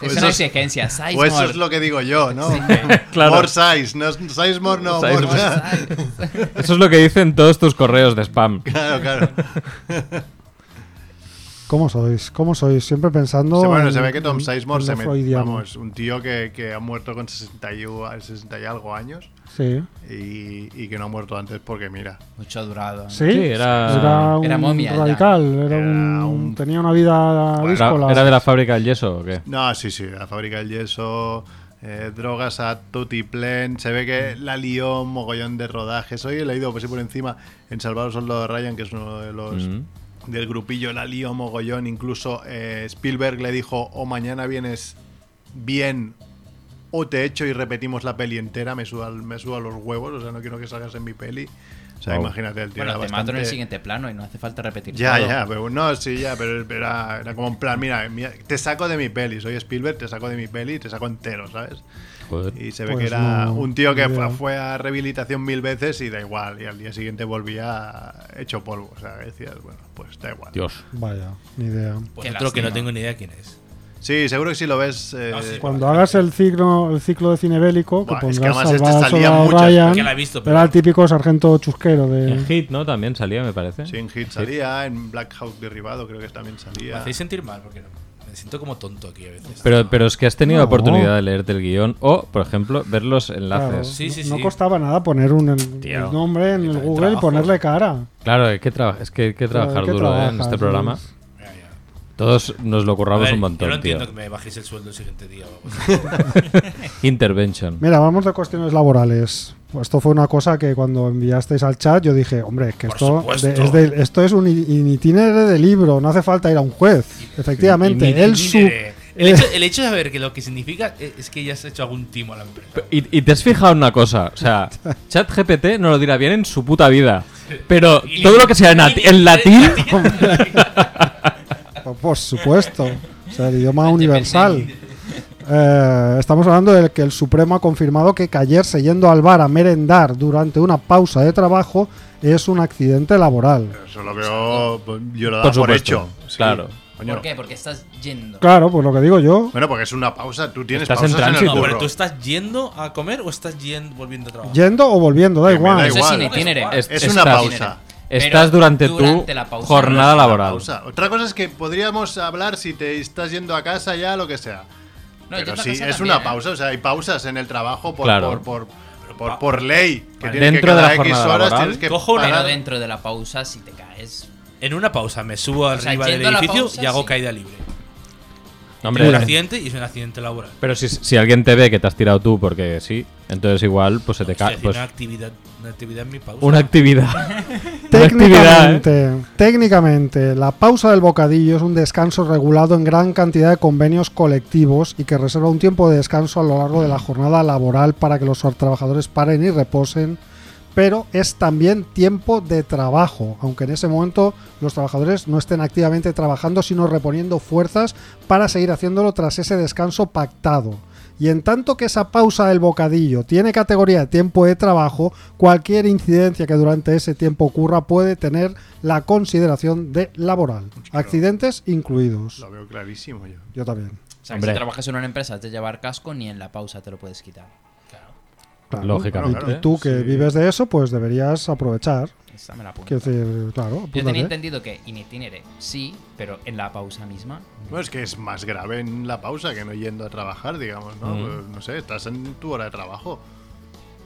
Es Eso una es- exigencia. o Pues eso Sizemore. es lo que digo yo, ¿no? Claro. More size, no, Sizemore no, more Sizemore. size. Eso es lo que dicen todos tus correos de spam. Claro, claro. ¿Cómo sois? ¿Cómo sois? Siempre pensando. Se- bueno, en- se ve que Tom en- Sizemore en se lo metió. freudiano. Vamos, un tío que, que ha muerto con 60 y, u- 60 y algo años Sí. y, y que no ha muerto antes porque, mira, Mucho ha durado. ¿no? Sí, Sí, era- un Era momia, ya. radical, era Era un- un- tenía una vida Era, díscola. era de la fábrica del yeso o qué? No, sí, sí, la fábrica del yeso, eh, drogas a Tutiplén, se ve que Mm. la lió un mogollón de rodajes. Hoy he leído, pues sí, por encima, en Salvador Soldado Ryan, que es uno de los Pues, Mm. del grupillo, la lió mogollón. Incluso eh, Spielberg le dijo, o mañana vienes bien o te echo y repetimos la peli entera, me suda, me suda los huevos, o sea, no quiero que salgas en mi peli. O sea, Wow. imagínate, el tío Bueno, te era mato en el bastante- siguiente plano y no hace falta repetir ya, todo. ya, pero no, sí, ya, pero era, era como en plan, mira, mira, te saco de mi peli, soy Spielberg, te saco de mi peli y te saco entero, ¿sabes? Joder. Y se ve Pues que era no, un tío que ni idea. fue, fue a rehabilitación mil veces y da igual, y al día siguiente volvía hecho polvo, o sea, decías, bueno, pues da igual. Dios. Vaya, ni idea. Pues Qué otro que no lástima. tengo ni idea quién es. Sí, seguro que si lo ves... eh, No, Ah, sí. Cuando hagas el ciclo, el ciclo de cine bélico, que Buah, es que pondrás además este Salvador salía Soldado muchas, Ryan, porque la he visto, pero- era el típico sargento chusquero En de... Hit, ¿no? También salía, me parece. sí, en Hit salía, en Black Hawk Derribado creo que también Me salía. hacéis sentir mal porque no- me siento como tonto aquí a veces. Pero, pero es que has tenido No. oportunidad de leerte el guión o, por ejemplo, ver los enlaces. Sí, sí, no, sí. costaba nada poner un, el, Tío, el nombre en el tal Google y trabajo. ponerle cara. Claro, hay que traba- es que hay que trabajar hay que duro ¿eh? en trabajar, este programa. sí. Ya, ya. Todos nos lo A curramos ver, un yo no montón, tío. entiendo que me bajéis el sueldo el siguiente día. vamos. Intervention. Mira, vamos de cuestiones laborales. Pues Esto fue una cosa que cuando enviasteis al chat yo dije, hombre, que Por esto, supuesto. de- es de- esto es un i- in itinere de libro, no hace falta ir a un juez. Efectivamente, in- él su... eh, Mire, el, hecho, el hecho de saber que lo que significa es es que ya has hecho algún timo a la empresa. Y, y te has fijado en una cosa, o sea, ChatGPT no lo dirá bien en su puta vida, pero Y- todo lo que sea en, lati- en latín, Por- Por supuesto. O sea, el idioma universal. Eh, estamos hablando de que el Supremo ha confirmado que callarse yendo al bar a merendar durante una pausa de trabajo es un accidente laboral. Eso lo veo, pues, yo lo Por daba por, supuesto, hecho. sí. claro. Coño. ¿Por qué? Porque estás yendo. Claro, pues lo que digo yo. Bueno, porque es una pausa, tú tienes Estás en pausas en, el tránsito. No, curro. pero tú estás yendo a comer o estás yendo, volviendo a trabajar. Yendo o volviendo, da Que me igual. da Eso es igual. sin itinere. Es- Es una estás- pausa. estás Pero durante, durante tu la pausa. jornada Una laboral. pausa. Otra cosa es que podríamos hablar si te estás yendo a casa ya, lo que sea. No, Pero yendo a sí, es casa también, una ¿eh? pausa, o sea, hay pausas en el trabajo por, Claro. por, por, por, por ley. Que Vale. tienes Dentro de que la cada X jornada horas laboral. tienes que Cojo una- parar. Pero dentro de la pausa, si te caes. En una pausa me subo sea, arriba del yendo a la edificio pausa, y hago sí. caída libre. No, Hombre, un hombre, accidente y es un accidente laboral. pero si, si alguien te ve que te has tirado tú porque sí, entonces igual pues se te Estoy cae. haciendo Pues, una actividad, una actividad en mi pausa. una actividad. Una actividad, ¿eh? Técnicamente, técnicamente, la pausa del bocadillo es un descanso regulado en gran cantidad de convenios colectivos y que reserva un tiempo de descanso a lo largo de la jornada laboral para que los trabajadores paren y reposen, pero es también tiempo de trabajo, aunque en ese momento los trabajadores no estén activamente trabajando, sino reponiendo fuerzas para seguir haciéndolo tras ese descanso pactado. Y en tanto que esa pausa del bocadillo tiene categoría de tiempo de trabajo, cualquier incidencia que durante ese tiempo ocurra puede tener la consideración de laboral, accidentes incluidos. Lo veo clarísimo yo. Yo también. O sea, Hombre. que si trabajas en una empresa has de llevar casco, ni en la pausa te lo puedes quitar. Claro. Lógicamente. Y- Y tú que Sí. vives de eso, pues deberías aprovechar. Esta me la apunto. Quiero decir, claro, Yo tenía apúntate. entendido que in itinere sí, pero en la pausa misma. No, es que es más grave en la pausa que no yendo a trabajar, digamos, ¿no? Mm. Pues, no sé, estás en tu hora de trabajo.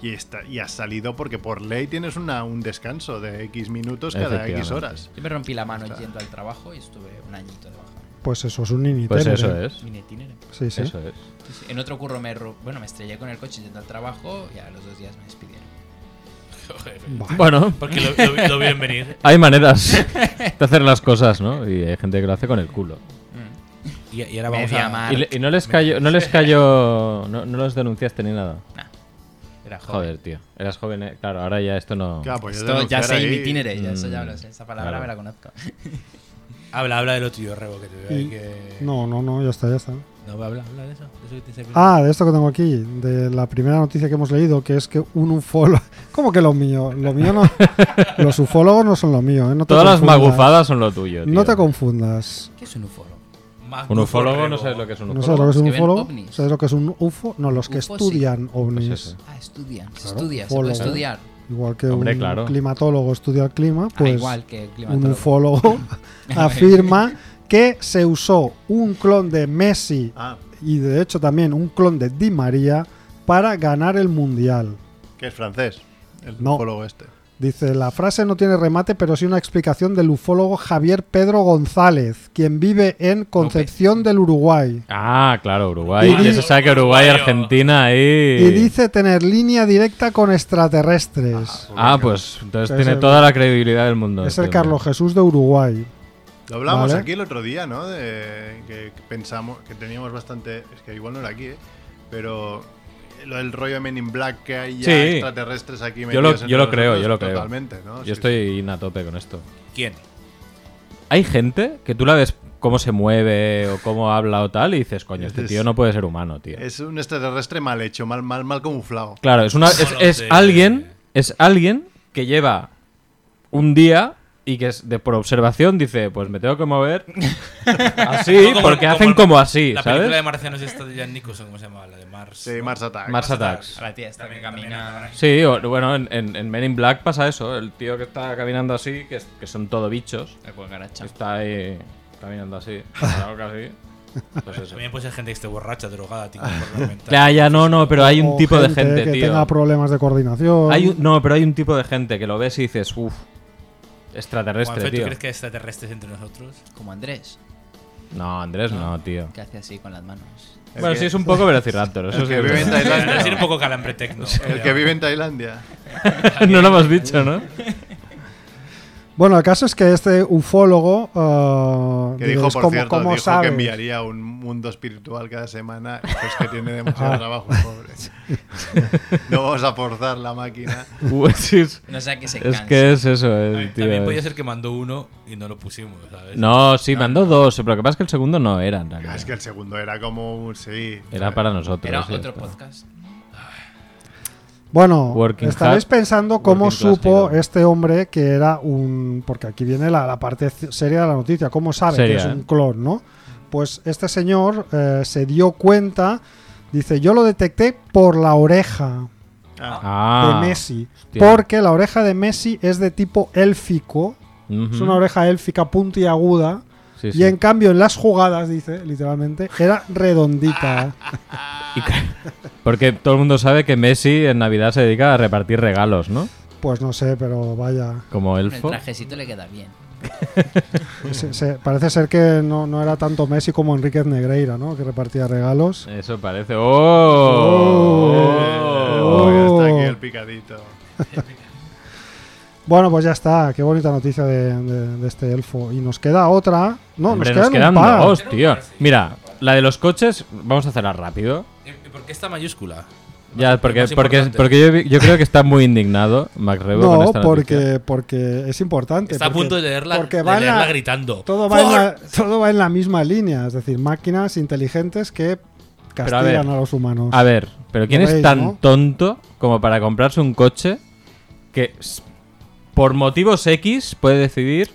Y, está, y has salido porque por ley tienes una, un descanso de X minutos cada X Efectivamente. horas. Yo me rompí la mano Está. yendo al trabajo y estuve un añito de baja. Pues eso es un initio. Pues eso es. In itinere. Sí, sí. Eso es. Sí, sí. En otro curro me, ro- bueno, me estrellé con el coche yendo al trabajo y a los dos días me despidieron. Buah. Bueno, Porque lo, lo- lo vi en venir. hay maneras de hacer las cosas, ¿no? Y hay gente que lo hace con el culo. Y, y ahora Me vamos voy a a. amar. Y, le- y no les cayó, no les cayó, no, no los denunciaste ni nada. Era joven. Joder, tío. Eras joven, eh. claro, ahora ya esto no. Claro, pues Esto ya denunciar sé in ahí- itinere, ya, eso ya Mm, lo sé. Esa palabra claro. me la conozco. Habla, habla de lo tuyo, Rebo, que te veo ahí Y- que. No, no, no, ya está, ya está. No, habla, habla de eso. de eso que te dice- Ah, de esto que tengo aquí, de la primera noticia que hemos leído, que es que un ufólogo. ¿Cómo que lo mío? Lo mío no. Los ufólogos no son lo mío, ¿eh? No te Todas las confundas. magufadas son lo tuyo. Tío. No te confundas. ¿Qué es un ufólogo? Más Un ufólogo Rebo. no sabes lo que es un ¿No sabes lo que ufólogo. es un que ven ufólogo? ovnis. ¿Sabes lo que es un UFO? No, los que UFO sí. ovnis. ovnis. Pues eso. Ah, estudian. Se Claro, estudia, se ufólogo. puede estudiar. Igual que Hombre, un claro. climatólogo estudia el clima, Ah, pues igual que el un climatólogo. ufólogo afirma que se usó un clon de Messi Ah, y de hecho también un clon de Di María para ganar el mundial. que es francés. El No. ufólogo este. Dice, la frase no tiene remate, pero sí una explicación del ufólogo Javier Pedro González, quien vive en Concepción del Uruguay. Ah, claro, Uruguay. Y- Ya se sabe que Uruguay, Uruguayo. Argentina ahí. Y dice tener línea directa con extraterrestres. Ah, pues entonces Es tiene el- toda la credibilidad del mundo. es el este hombre. Carlos Jesús de Uruguay. Lo hablamos Vale. aquí el otro día, ¿no? De que pensamos, que teníamos bastante. Es que igual no era aquí, ¿eh? Pero lo del rollo de Men in Black que hay ya Sí. extraterrestres aquí Yo lo- metidos entre yo lo creo, nosotros, yo lo creo. Totalmente, ¿no? Sí, Yo estoy a tope con esto. ¿Quién? Hay gente que tú la ves cómo se mueve o cómo habla o tal y dices, coño, este Es- tío no puede ser humano, tío. Es un extraterrestre mal hecho, mal, mal, mal camuflado. Claro, es una es, Solo es te- alguien es alguien que lleva un día y que es de por observación dice, pues me tengo que mover así No, como- porque hacen el- como así, La película de ¿sabes? marcianos esta de Jan Nicholson, ¿cómo se llamaba? La de Mars. Sí, ¿no? Mars Attack. Mars Attacks. A la tía esta que camina. Sí, o- bueno, en, en- en Men in Black pasa eso, el tío que está caminando así, que, es- que son todo bichos, La cucaracha. está ahí caminando así, parado así. Pues eso. También puede ser gente que esté borracha, drogada, tiene un problema mental. Claro, ya no, no, pero hay un O tipo de gente, que tío. tenga problemas de coordinación. Hay un- no, pero hay un tipo de gente que lo ves y dices, uff, Juanfe, extraterrestre, ¿tú este, tío. crees que hay extraterrestres entre nosotros? Como Andrés, No, Andrés no, tío. que hace así con las manos. El Bueno, que- sí es un poco Velociraptor, eso el sí. que es vive en verdad. Tailandia. Debe ser un poco calambre tecno. El que vive en Tailandia. no lo hemos dicho, ¿no? Bueno, el caso es que este ufólogo. ah, Que diréis, dijo, por ¿cómo- cierto, cómo dijo que sabes? enviaría un mundo espiritual cada semana. Pues que tiene Ah. demasiado trabajo, pobre. no vamos a forzar la máquina. Pues es, No sé a qué se es cansa. que es eso, el También- tío. También podía es- ser que mandó uno y no lo pusimos, ¿sabes? No, sí, mandó dos, pero lo que pasa es que el segundo no era, en realidad. Ah, Es que el segundo era como un. Sí. Era para nosotros. Era sí, otro está. podcast. Bueno, Working estaréis class- pensando cómo working class supo hero. este hombre que era un. Porque aquí viene la, la parte c- seria de la noticia. ¿Cómo sabe Seria, que es un ¿eh? clon, no? Pues este señor eh, se dio cuenta. Dice, yo lo detecté por la oreja Ah, Ah, de Messi. hostia. Porque la oreja de Messi es de tipo élfico. ujú. Es una oreja élfica puntiaguda. Sí, Y sí. en cambio, en las jugadas, dice, literalmente, era redondita. Ah. Porque todo el mundo sabe que Messi en Navidad se dedica a repartir regalos, ¿no? Pues no sé, pero vaya. Como El elfo. trajecito le queda bien. Mm. Se- se- parece ser que no, no era tanto Messi como Enríquez Negreira, ¿no? Que repartía regalos. Eso parece. ¡Oh! Oh. ya está aquí el picadito. Bueno, pues ya está. Qué bonita noticia de, de- de este elfo. Y nos queda otra. No, Hombre, nos nos quedan, quedan un par. dos, tío. Mira, la de los coches, vamos a hacerla rápido. ¿Y- y ¿Por qué está mayúscula? Ya, porque, más porque, importante. porque yo, vi- yo creo que está muy indignado Mac Rebo con No, esta noticia. porque, porque es importante. Está a porque- punto de leerla, porque de va en la- leerla gritando. Todo va, en "Ford". la, todo va en la misma línea, es decir, máquinas inteligentes que Pero a castigan ver, a, los humanos. A ver, pero ¿quién Lo es veis, tan ¿no? tonto como para comprarse un coche que s- por motivos X puede decidir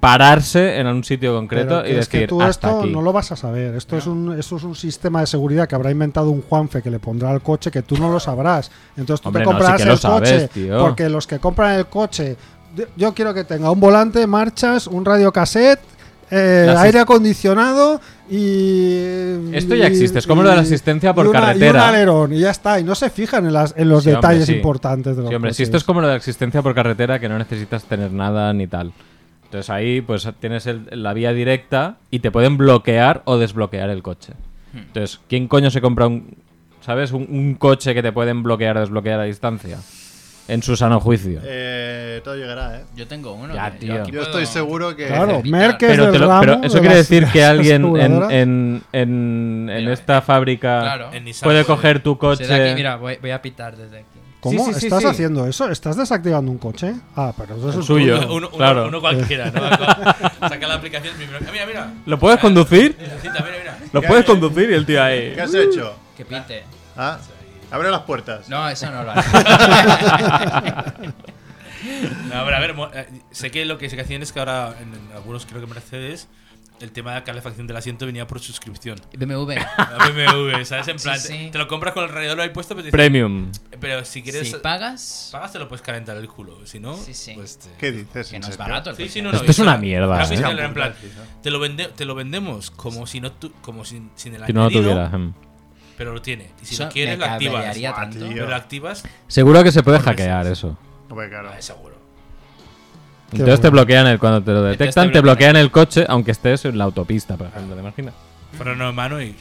pararse en un sitio Pero concreto que y es que decir tú hasta esto aquí? no lo vas a saber. Esto es un esto es un sistema de seguridad que habrá inventado un Juanfe que le pondrá al coche que tú no lo sabrás. Entonces tú Hombre, te no, sí comprarás que lo el sabes, coche tío. porque los que compran el coche de- yo quiero que tenga un volante, marchas, un radiocassette, eh, Las- aire acondicionado y Esto ya y- existe, es como lo de la y- asistencia por y una- y un carretera. alerón y ya está y no se fijan en, las, en los Sí, hombre, detalles sí. importantes de los Sí, hombre, si coches. esto es como lo de la existencia por carretera, que no necesitas tener nada ni tal. Entonces ahí pues tienes el- la vía directa y te pueden bloquear o desbloquear el coche. Entonces, ¿quién coño se compra un, sabes, un, un coche que te pueden bloquear o desbloquear a distancia? En su sano juicio. Eh, todo llegará, ¿eh? Yo tengo uno. Ya, que- tío. aquí Yo puedo- estoy seguro que. Claro, evitar. Merck es Pero, del te lo- ramo pero eso de quiere las- decir que alguien en, aseguradoras. en, en, en Mira, esta fábrica claro. eh, En Nissan puede puede. coger tu coche. Será aquí, mira, voy, voy a pitar desde aquí. ¿Cómo Sí, sí, sí, estás sí. haciendo eso? ¿Estás desactivando un coche? Ah, pero eso es El un- suyo. Uno, uno- uno- claro. uno cualquiera, ¿no? Saca la aplicación primero. Mira, mira. ¿Lo puedes conducir? Necesita, mira, mira. ¿Lo puedes conducir? Y el tío ahí. ¿Qué has hecho? Que pinte. ¿Ah? Abre las puertas. No, eso no lo haré. No, a ver, a ver, mo- eh, sé que lo que sé que hacían es que ahora en, en algunos creo que Mercedes el tema de la calefacción del asiento venía por suscripción. BMW. La BMW, ¿sabes? En Sí, plan, sí. Te, te lo compras con el radiador ahí puesto, pero, te dicen, Premium. pero si quieres Si pagas, pagas te lo puedes calentar el culo, si no Sí, sí. pues te- ¿Qué dices? que en no es serio? Ah, barato. el Sí, coche. sí, no, no, Esto es y una la- mierda, la ¿eh? oficina era en plan, te lo, vende- te lo vendemos como si no tu- como sin, sin el Si no lo añadido, tuviera. em. pero lo tiene. Y si Eso lo quieres me lo activas. cabrearía Buah, tanto. tío. Pero lo activas, Seguro que se puede hackear eso. Hombre, claro. eh, seguro. Entonces te bueno. bloquean el, cuando te lo Entonces detectan, te te bloquean. bloquean el coche, aunque estés en la autopista, por ejemplo, ¿te imaginas? Pero no, mano, y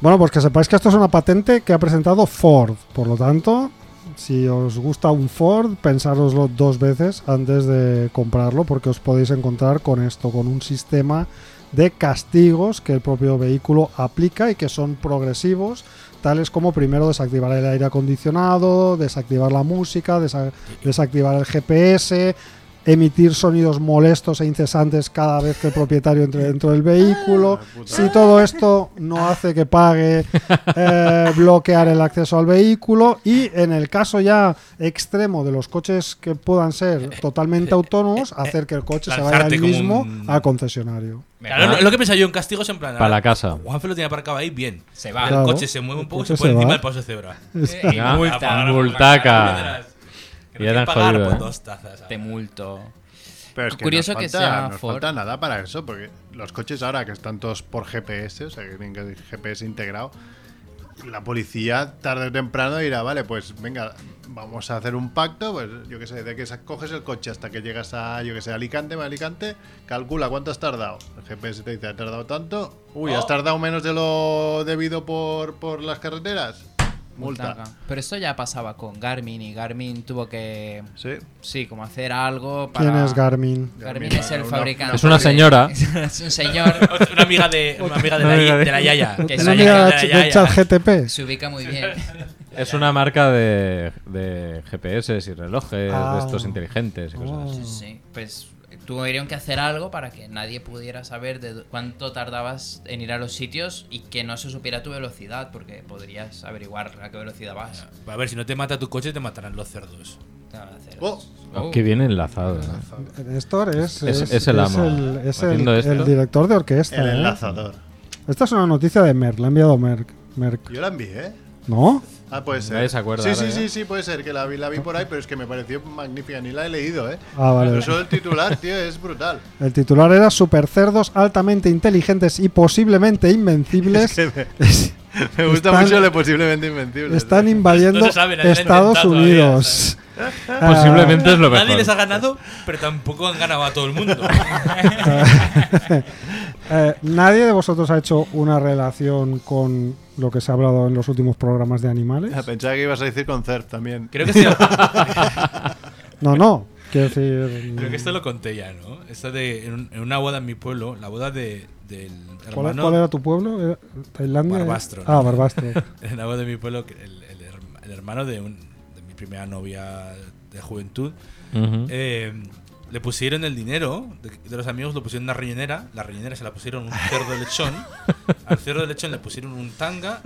Bueno, pues que sepáis que esto es una patente que ha presentado Ford. Por lo tanto, si os gusta un Ford, pensároslo dos veces antes de comprarlo, porque os podéis encontrar con esto, con un sistema de castigos que el propio vehículo aplica y que son progresivos, tales como primero desactivar el aire acondicionado, desactivar la música, desa- desactivar el GPS, emitir sonidos molestos e incesantes cada vez que el propietario entre dentro del Ah, vehículo. Si todo esto no hace que pague, eh, bloquear el acceso al vehículo. Y en el caso ya extremo de los coches que puedan ser totalmente autónomos, hacer que el coche se vaya Lanzarte el como mismo un- al concesionario. Venga, Claro, lo, lo que pensaba yo en castigos en plan. Para la casa. Juanfe lo tenía aparcado ahí bien. Se va. El Claro. coche se mueve un poco y se coche pone se encima va. del paso de cebra. Eh, y Ah, multa. multaca. Que no Ya te quiere han pagar jodido, por eh. dos tazas. Te multo. Pero es que Curioso nos que falta, sea nos Ford. falta nada para eso, porque los coches ahora que están todos por GPS, o sea, que tienen que- GPS integrado, la policía tarde o temprano dirá, vale, pues venga, vamos a hacer un pacto, pues yo qué sé, de que sa- coges el coche hasta que llegas a, yo qué sé, Alicante, Alicante, calcula cuánto has tardado. El GPS te dice, has tardado tanto, uy, Oh. has tardado menos de lo debido por, por las carreteras, multa. Multaca. Pero esto ya pasaba con Garmin y Garmin tuvo que, Sí, sí, como hacer algo para... ¿Quién es Garmin? Garmin Garmin, es el una- fabricante. Es una señora. es un señor Una amiga de, una amiga de, Una la, amiga de- de la Yaya. Que ¿No se mira llama la ch- del chat que GTP? se ubica muy bien. Es una marca de, de GPS y relojes, Ah. de estos inteligentes y cosas así. Sí, sí. Pues tuvieron que hacer algo para que nadie pudiera saber de du- cuánto tardabas en ir a los sitios y que no se supiera tu velocidad, porque podrías averiguar a qué velocidad vas. A ver, si no te mata tu coche, te matarán los cerdos. Te van a hacer- Oh. Oh. Qué bien enlazado. ¿eh? Néstor es, Es- es el amo. el- es el- Haciendo esto. el director de orquesta. el ¿eh? enlazador. Esta es una noticia de Merck, la ha enviado Merck. Merck. Yo la envié, ¿eh? ¿No? Ah, puede ser. Nadie se acuerda Sí, ahora, sí, ¿eh? sí, sí, puede ser, que la vi, la vi por ahí, pero es que me pareció magnífica, ni la he leído, ¿eh? Ah, vale. Pero solo el titular, tío, es brutal. El titular era Supercerdos altamente inteligentes y posiblemente invencibles Me gusta Están- mucho lo de posiblemente invencible. están ¿eh? invadiendo No se sabe, nadie lo ha Estados inventado todavía, Unidos. Ah, Posiblemente es lo Nadie les ha mejor. ganado, pero tampoco han ganado a todo el mundo. eh, nadie de vosotros ha hecho una relación con lo que se ha hablado en los últimos programas de animales. Ah, Pensaba que ibas a decir con CERF también. Creo que, sí, No, no. Quiero decir. creo que esto lo conté ya, ¿no? Esto de en, un- en una boda en mi pueblo, la boda de, del ¿Cuál, hermano. cuál era tu pueblo? ¿Era ¿Tailandia? Barbastro, Ah, ¿no? Barbastro. En la boda de mi pueblo, que el, el- el hermano de, un- de mi primera novia de juventud, Ujú. eh, le pusieron el dinero de, de los amigos, lo pusieron en una riñonera. La riñonera se la pusieron un cerdo de lechón. Al cerdo de lechón le pusieron un tanga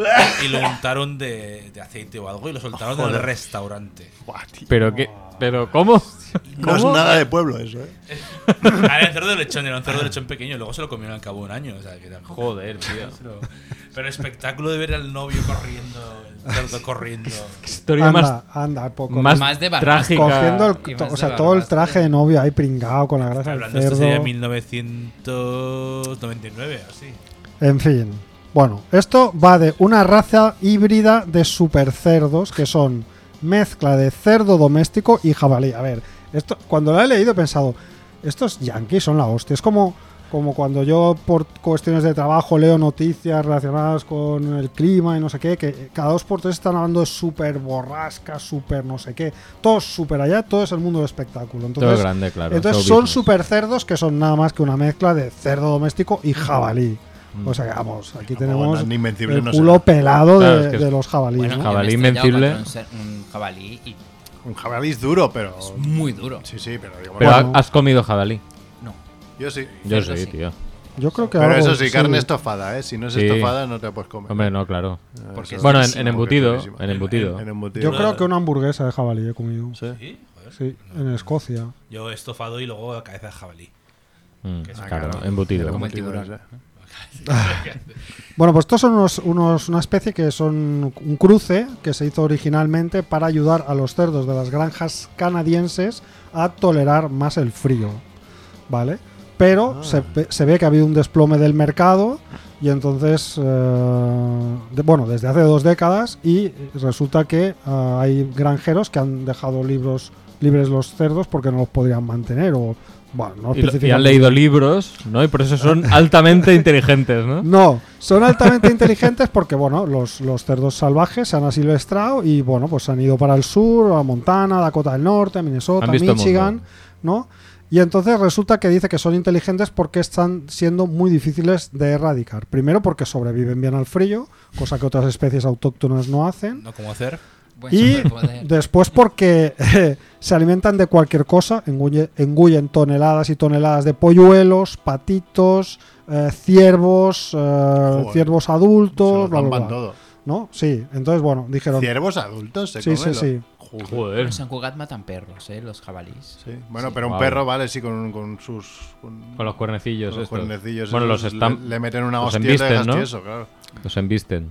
y lo untaron de, de aceite o algo y lo soltaron del Joder. restaurante. Buah, tío. Pero qué, pero cómo? No es nada de pueblo eso, ¿eh? Ah, Era un cerdo de lechón, era un cerdo de lechón pequeño y luego se lo comieron al cabo de un año. O sea, que era- Joder, tío. Pero, pero el espectáculo de ver al novio corriendo, el cerdo corriendo. Historia Anda, más, anda, poco. más, Más de barba. trágica. cogiendo el- Y más o sea, de todo el barbas. traje de novio ahí pringado con la grasa del Hablando, esto sería cerdo. 1999, así. En fin. Bueno, esto va de una raza híbrida de supercerdos que son mezcla de cerdo doméstico y jabalí. A ver, esto cuando lo he leído he pensado, estos yankees son la hostia. Es como, como cuando yo por cuestiones de trabajo leo noticias relacionadas con el clima y no sé qué, que cada dos por tres están hablando de super borrasca, super no sé qué. Todo super allá, todo es el mundo del espectáculo. Todo Entonces, grande, claro. entonces todo son business. super cerdos que son nada más que una mezcla de cerdo doméstico y jabalí. O sea, que vamos, aquí Tampoco tenemos tan invencible el no culo será. pelado Claro, de, es que de es- los jabalíes, Bueno, ¿no? yo me jabalí he estrellado invencible. contra Un, ser- un jabalí y Un jabalí es duro, pero. muy duro. Sí, sí, pero digo, Pero bueno, Bueno. ha- has comido jabalí. No. yo sí. Yo Cerdo sí, sí. tío. Yo creo que Pero algo- eso sí, carne estofada, ¿eh? Si no es Sí. estofada, no te la puedes comer. Ah, Hombre, no, claro. Porque es Bueno, en, durísimo. en embutido, porque es en durísimo. embutido. En embutido. Yo creo que una hamburguesa de jabalí he comido. Sí, Sí. Sí, joder. en Escocia. Yo estofado y luego la cabeza de jabalí. Mm, es claro, caro. embutido. Como el tiburón. Bueno, pues estos son unos, unos- una especie que son un cruce que se hizo originalmente para ayudar a los cerdos de las granjas canadienses a tolerar más el frío, ¿vale? Pero Ah. se, ve- se ve que ha habido un desplome del mercado y entonces, eh, de- bueno, desde hace dos décadas y resulta que ah, hay granjeros que han dejado libros libres los cerdos porque no los podrían mantener o, bueno, no Y, lo- y especifican han leído libros, ¿no? Y por eso son altamente inteligentes, ¿no? no, son altamente inteligentes porque, bueno, los, los cerdos salvajes se han asilvestrado y, bueno, pues se han ido para el sur, a Montana, Dakota del Norte, a Minnesota, Han visto el Michigan, mundo. ¿no? Y entonces resulta que dice que son inteligentes porque están siendo muy difíciles de erradicar. Primero porque sobreviven bien al frío, cosa que otras especies autóctonas no hacen. No como hacer. Buen Y superpoder. después porque eh, se alimentan de cualquier cosa, engulle- engullen toneladas y toneladas de polluelos, patitos, eh, ciervos, eh, ciervos adultos, Se bla, lo bla, bla. zampan todo. ¿no? Sí, entonces bueno, dijeron, Ciervos adultos se Sí, comen sí, los- Joder. Joder. Los San Cugat matan perros, ¿eh? Los jabalís. Sí. Bueno, pero un Wow. perro, vale, sí, con, con sus. Con, Con los cuernecillos. con los estos. cuernecillos Bueno, los, esos, estam- le, le meten una los hostia y le embisten, dejas ¿no? tieso, claro. los embisten.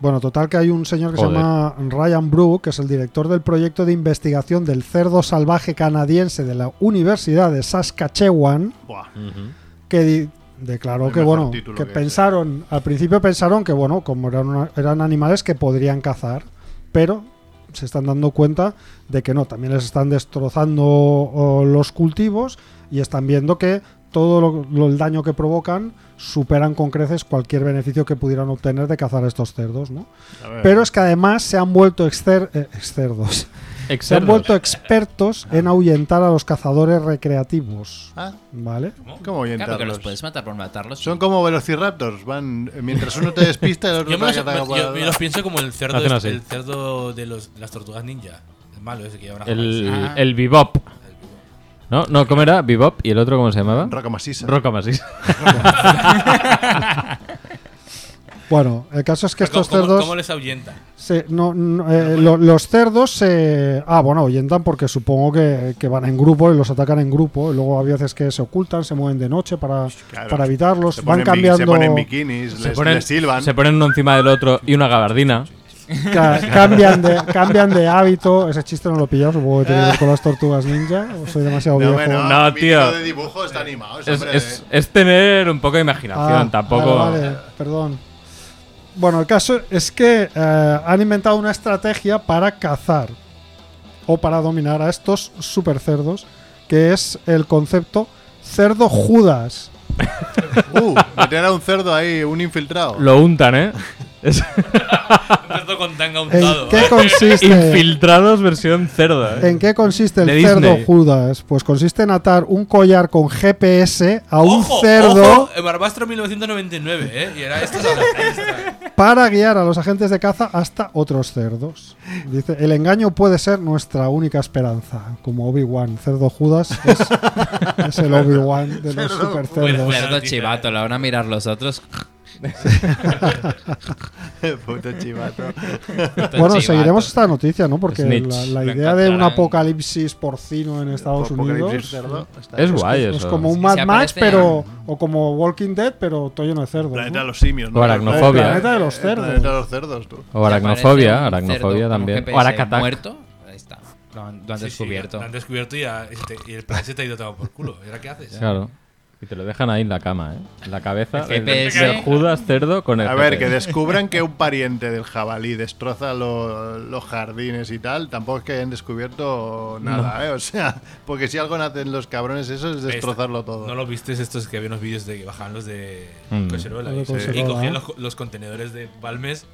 bueno, total que hay un señor que se Joder. llama Ryan Brook, que es el director del proyecto de investigación del cerdo salvaje canadiense de la Universidad de Saskatchewan, Buah. Ujú. que di- declaró El que mejor bueno, que, título que ese. pensaron, al principio pensaron que bueno, como eran, una- eran animales que podrían cazar, pero se están dando cuenta de que no, también les están destrozando o, los cultivos y están viendo que todo lo- lo- el daño que provocan superan con creces cualquier beneficio que pudieran obtener de cazar a estos cerdos, ¿no? A ver. Pero es que además se han vuelto excer- eh, excerdos, se han Excerdos. vuelto expertos en ahuyentar a los cazadores recreativos, Ah, ¿vale? ¿Cómo Claro que los ahuyentarlos? puedes matar por matarlos. Son como velociraptors, van. eh, Mientras uno te despista, el otro Yo, me te los, ataca por yo- la- yo los pienso como el cerdo, Hacen es- así. el cerdo de los, las tortugas ninja. El malo ese que lleva una El, Ah. el bebop. ¿No? no, ¿cómo era? Bebop. ¿Y el otro cómo se llamaba? Roca maciza. Roca Masís. Bueno, el caso es que estos ¿Cómo, cerdos... ¿Cómo les ahuyenta? Se- no, no, eh, lo- los cerdos se. Ah, bueno, ahuyentan porque supongo que, que van en grupo y los atacan en grupo. Y luego hay veces que se ocultan, se mueven de noche para, Claro. para evitarlos. Se Van ponen bi- cambiando. Se ponen bikinis, les, les silban. se ponen uno encima del otro y una gabardina. ca- cambian, de, cambian de hábito. Ese chiste no lo pillamos, supongo que tiene que ver con las tortugas ninja. O soy demasiado No, viejo. bueno, No, un vídeo tío. de dibujo está animado. Es, hombre, es- eh. es tener un poco de Ah, imaginación, tampoco. Vale, vale, perdón. Bueno, el caso es que eh, han inventado una estrategia para cazar o para dominar a estos super cerdos, que es el concepto cerdo Judas. Uh, meter a un cerdo ahí, un infiltrado. Lo untan, ¿eh? Es Esto con tanga untado. ¿En qué consiste? infiltrados versión cerda. ¿eh? ¿En qué consiste el De cerdo Disney. Judas? Pues consiste en atar un collar con GPS a un Ojo, cerdo ojo, Barbastro 1999, ¿eh? Y era esto. es la- esta. para guiar a los agentes de caza hasta otros cerdos. Dice, el engaño puede ser nuestra única esperanza, como Obi-Wan. Cerdo Judas es, es el Obi-Wan de los Bueno, supercerdos. bueno. Cerdo chivato, la van a mirar los otros. Puto chivato. pues Bueno, seguiremos Chivato. esta noticia, ¿no? Porque Snitch. la- la, Me idea de un encantará. apocalipsis porcino en Estados Apocalipsis Unidos cerdo. Está Es bien. guay es eso. como un Sí, Mad se Max, aparece- pero o como Walking Dead, pero todo lleno de cerdos. Planeta ¿no? de los simios, O ¿no? aracnofobia. Planeta de los Eh, cerdos. Planeta de los cerdos, tú. O aracnofobia, Aparece un cerdo aracnofobia con un también. GPS O aracatac. muerto. Ahí está. Lo han, lo han Sí, sí, descubierto. lo han descubierto y, ha- y te- y el plan se te ha ido tomado por culo. ¿Y ahora qué haces? Claro. Y te lo dejan ahí en la cama, ¿eh? En la cabeza El del, GPS. del Judas cerdo con el A ver, que GPS. descubran que un pariente del jabalí destroza lo- los jardines y tal, tampoco es que hayan descubierto nada, ¿eh? O sea, porque si algo hacen los cabrones eso es destrozarlo todo. ¿No lo viste estos que había unos vídeos de que bajaban los de Mm. Cocherola? Los de y- Y Cocherola. cogían los, los contenedores de Balmes,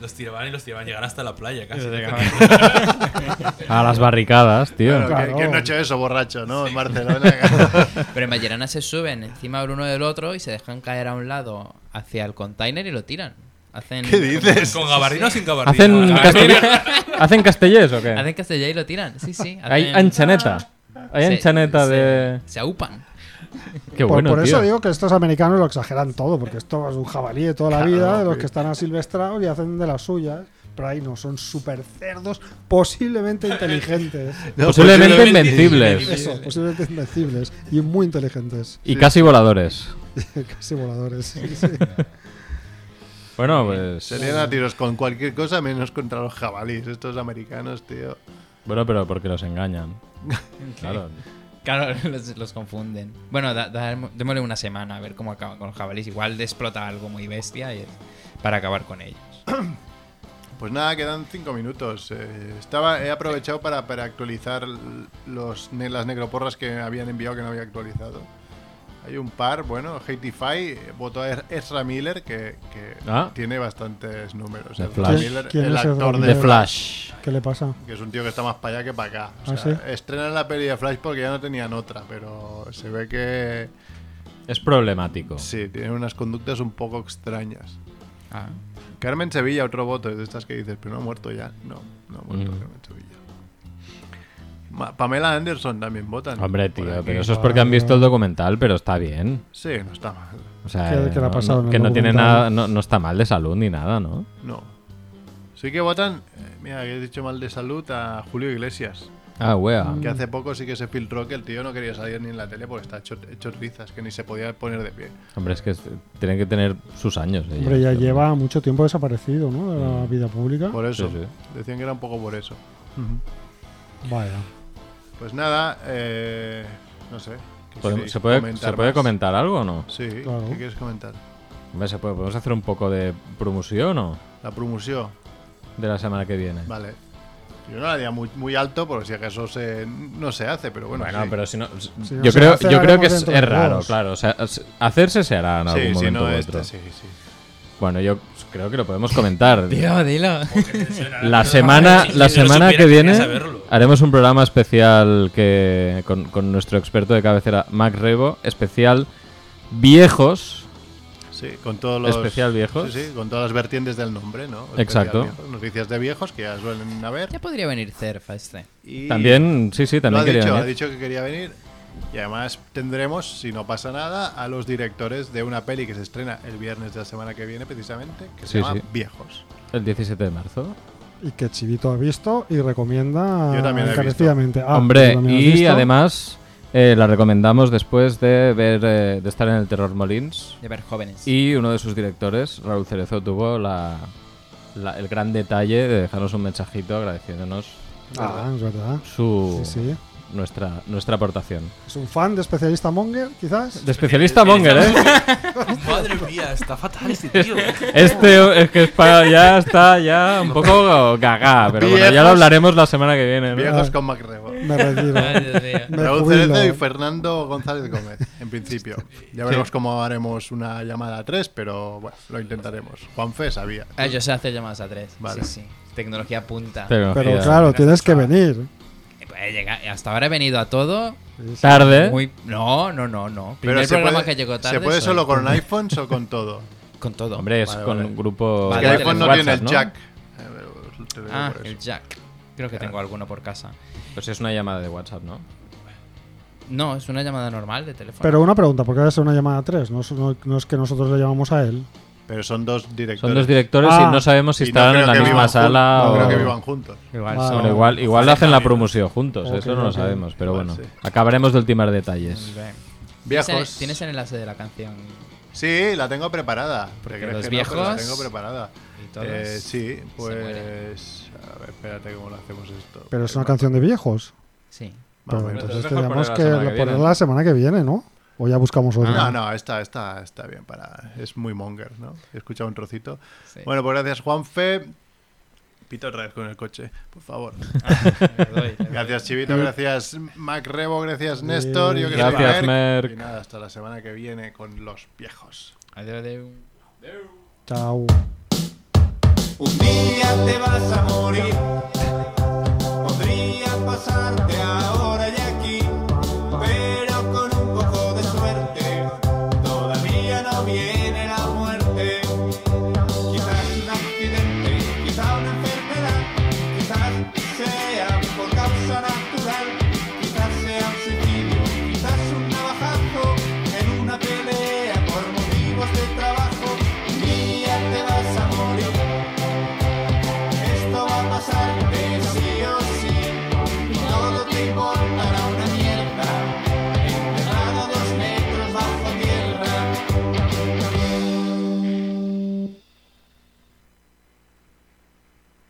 los tiraban y los tiraban, llegaban hasta la playa casi. A las barricadas, tío. Claro, Claro. ¿quién- ¿Quién no ha hecho eso, borracho, no? pues En Barcelona. Pero en Mayorana se suben encima del uno del otro y se dejan caer a un lado hacia el container y lo tiran. Hacen, ¿Qué dices? ¿Con gabardina o sin gabardina? ¿Hacen, Ah, castellés, ¿Hacen castellés o qué? Hacen castellá y lo tiran. Sí, sí. Hay hacen- anchaneta. Hay se- anchaneta se- de. Se aupan. Qué Por, bueno, por eso tío. digo que estos americanos lo exageran todo, porque esto es un jabalí de toda la vida, de los que están asilvestrados y hacen de las suyas. Pero ahí no, son super cerdos, posiblemente inteligentes. No, Posiblemente posiblemente- invencibles. Eso, posiblemente invencibles y muy inteligentes. Y casi voladores. Casi voladores. sí, sí. Bueno, pues. Serían a tiros con cualquier cosa menos contra los jabalíes, estos americanos, tío. Bueno, pero porque los engañan. Claro. Claro, los, los confunden. Bueno, da- da- démosle una semana a ver cómo acaba con los jabalíes. Igual explota algo muy bestia y- para acabar con ellos. Pues nada, quedan cinco minutos. Eh, estaba, he aprovechado para, para actualizar l- los, ne- las negroporras que me habían enviado que no había actualizado. Hay un par, bueno, Hateify eh, votó a Er- Ezra Miller, que, que Ah. tiene bastantes números. De Ezra Flash. Miller, ¿Quién el es Ezra actor de De Miller? Flash, Flash. ¿Qué le pasa? que es un tío que está más para allá que para acá. O Ah, sea, ¿sí? Estrenan la peli de Flash porque ya no tenían otra, pero se ve que Es problemático. sí, tienen unas conductas un poco extrañas. Ah. Carmen Sevilla, otro voto, es de estas que dices, pero no ha muerto ya. No, no ha muerto Mm. Carmen Sevilla. Ma- Pamela Anderson también votan. Hombre, por tío, aquí. pero eso es porque han visto el documental, pero está bien. Sí, no está mal. O sea, ¿Qué- qué le ha no- pasado en no, el que no tiene documental? nada, no, no está mal de salud ni nada, ¿no? No. Sí que votan, eh, mira, que he dicho mal de salud a Julio Iglesias, Ah, wea. que hace poco sí que se filtró que el tío no quería salir ni en la tele porque está hecho, hecho rizas, que ni se podía poner de pie. Hombre, es que es- tienen que tener sus años. ellos, Hombre, ya pero- lleva mucho tiempo desaparecido, ¿no? De Mm. la vida pública. Por eso. Sí, Decían que era un poco por eso. Vaya. Pues nada, eh, no sé. ¿qué ¿Podemos- queréis ¿Se puede, comentar ¿se puede más? comentar algo o no? Sí, Claro. ¿qué quieres comentar? Hombre, ¿se puede- ¿Podemos hacer un poco de promoción o no? La promoción. De la semana que viene. Vale. Yo no la haría muy, muy alto, por si acaso se, no se hace, pero bueno. Bueno, sí. pero si no. Si no Mm. yo, se creo, hace, yo creo que haremos es, dentro de es raro, dos. claro. O sea, es- hacerse se hará en Sí, algún si momento no, u este, otro. sí, sí. Bueno, yo creo que lo podemos comentar. Dilo, dilo. La semana, Si- si la no semana supiera, que viene quería saberlo. haremos un programa especial que con, con nuestro experto de cabecera, Mac Rebo, especial viejos. Sí, con todos los. Especial viejos. Sí, sí, con todas las vertientes del nombre, ¿no? Especial Exacto. viejos, Noticias de viejos que ya suelen haber. Ya podría venir Cerf a este. Y También, sí, sí, lo también ha quería dicho, venir. ha dicho que quería venir. Y además tendremos, si no pasa nada, a los directores de una peli que se estrena el viernes de la semana que viene, precisamente, que Sí, se llama sí. Viejos. El 17 de marzo. Y que Chivito ha visto y recomienda Yo también la he visto. encarecidamente. Ah, Hombre, tú también has y visto. además eh, la recomendamos después de ver eh, de estar en el Terror Molins. De ver jóvenes. Y uno de sus directores, Raúl Cerezo, tuvo la- la- el gran detalle de dejarnos un mensajito agradeciéndonos Ah, es verdad. su Sí, sí. nuestra nuestra aportación. Es un fan de especialista Monger, quizás. De especialista Monger, ¿eh? Madre mía, está fatal este tío. Este es que es para- ya está ya un poco gagá, pero bueno, ya lo Viejos. hablaremos la semana que viene. ¿no? Viejos con MacRebo. Me retiro. Ay, Dios mío. Me Raúl jubilo. Cerezo y Fernando González Gómez, en principio. Ya veremos cómo haremos una llamada a tres, pero bueno, lo intentaremos. Juanfe sabía. Ah, yo sé hacer llamadas a tres. Vale. Sí, sí. Tecnología punta. Pero Tecnología. claro, tienes que venir. Eh, pues, he llegado- hasta ahora he venido a todo. Tarde. Muy, no, no, no, no. Pero Primer se programa puede- que llegó tarde. ¿Se puede soy- solo con iPhones o con todo? Con todo. Hombre, es Vale, con vale. grupo. Porque Vale, el vale. iPhone no WhatsApp, tiene el ¿no? jack. Eh, pero te lo digo Ah, por el eso. jack. Creo que tengo alguno por casa. Pues es una llamada de WhatsApp, ¿no? No, es una llamada normal de teléfono. Pero una pregunta, ¿por qué debe ser una llamada a tres? No, es- no- no es que nosotros le llamamos a él. Pero son dos directores. Son dos directores Ah. y no sabemos si Y no estarán creo en la que misma vivan sala juntos. o. No creo que vivan juntos. igual Vale. son- Bueno, igual, igual hacen la promoción juntos, Ok, eso no lo ok. sabemos, pero Vale, bueno. sí. Acabaremos de ultimar detalles. Bien. ¿Tienes, el, Viejos. tienes el enlace de la canción Sí, la tengo preparada. ¿Te Porque crees los que no? Pero La viejos- tengo preparada. y todo. Eh, sí, mueren. pues. A ver, espérate cómo lo hacemos esto. Pero es una Vale, canción de viejos. Sí. más Pero o menos. Bueno, entonces entonces mejor tendríamos que ponerla la semana que ponerla viene. la semana que viene, ¿no? O ya buscamos otra. No, no, esta, esta está bien para. Es muy monger, ¿no? He escuchado un trocito. sí. Bueno, pues gracias, Juanfe. Pito otra vez con el coche, por favor. Ah, Le doy, le doy. Gracias, Chivito. Gracias, Mac Rebo. Gracias, Néstor. Yo que soy Gracias, Merck. Merck. Y nada, hasta la semana que viene con los viejos. Adiós, adiós. Chao. Un día te vas a morir, podría pasar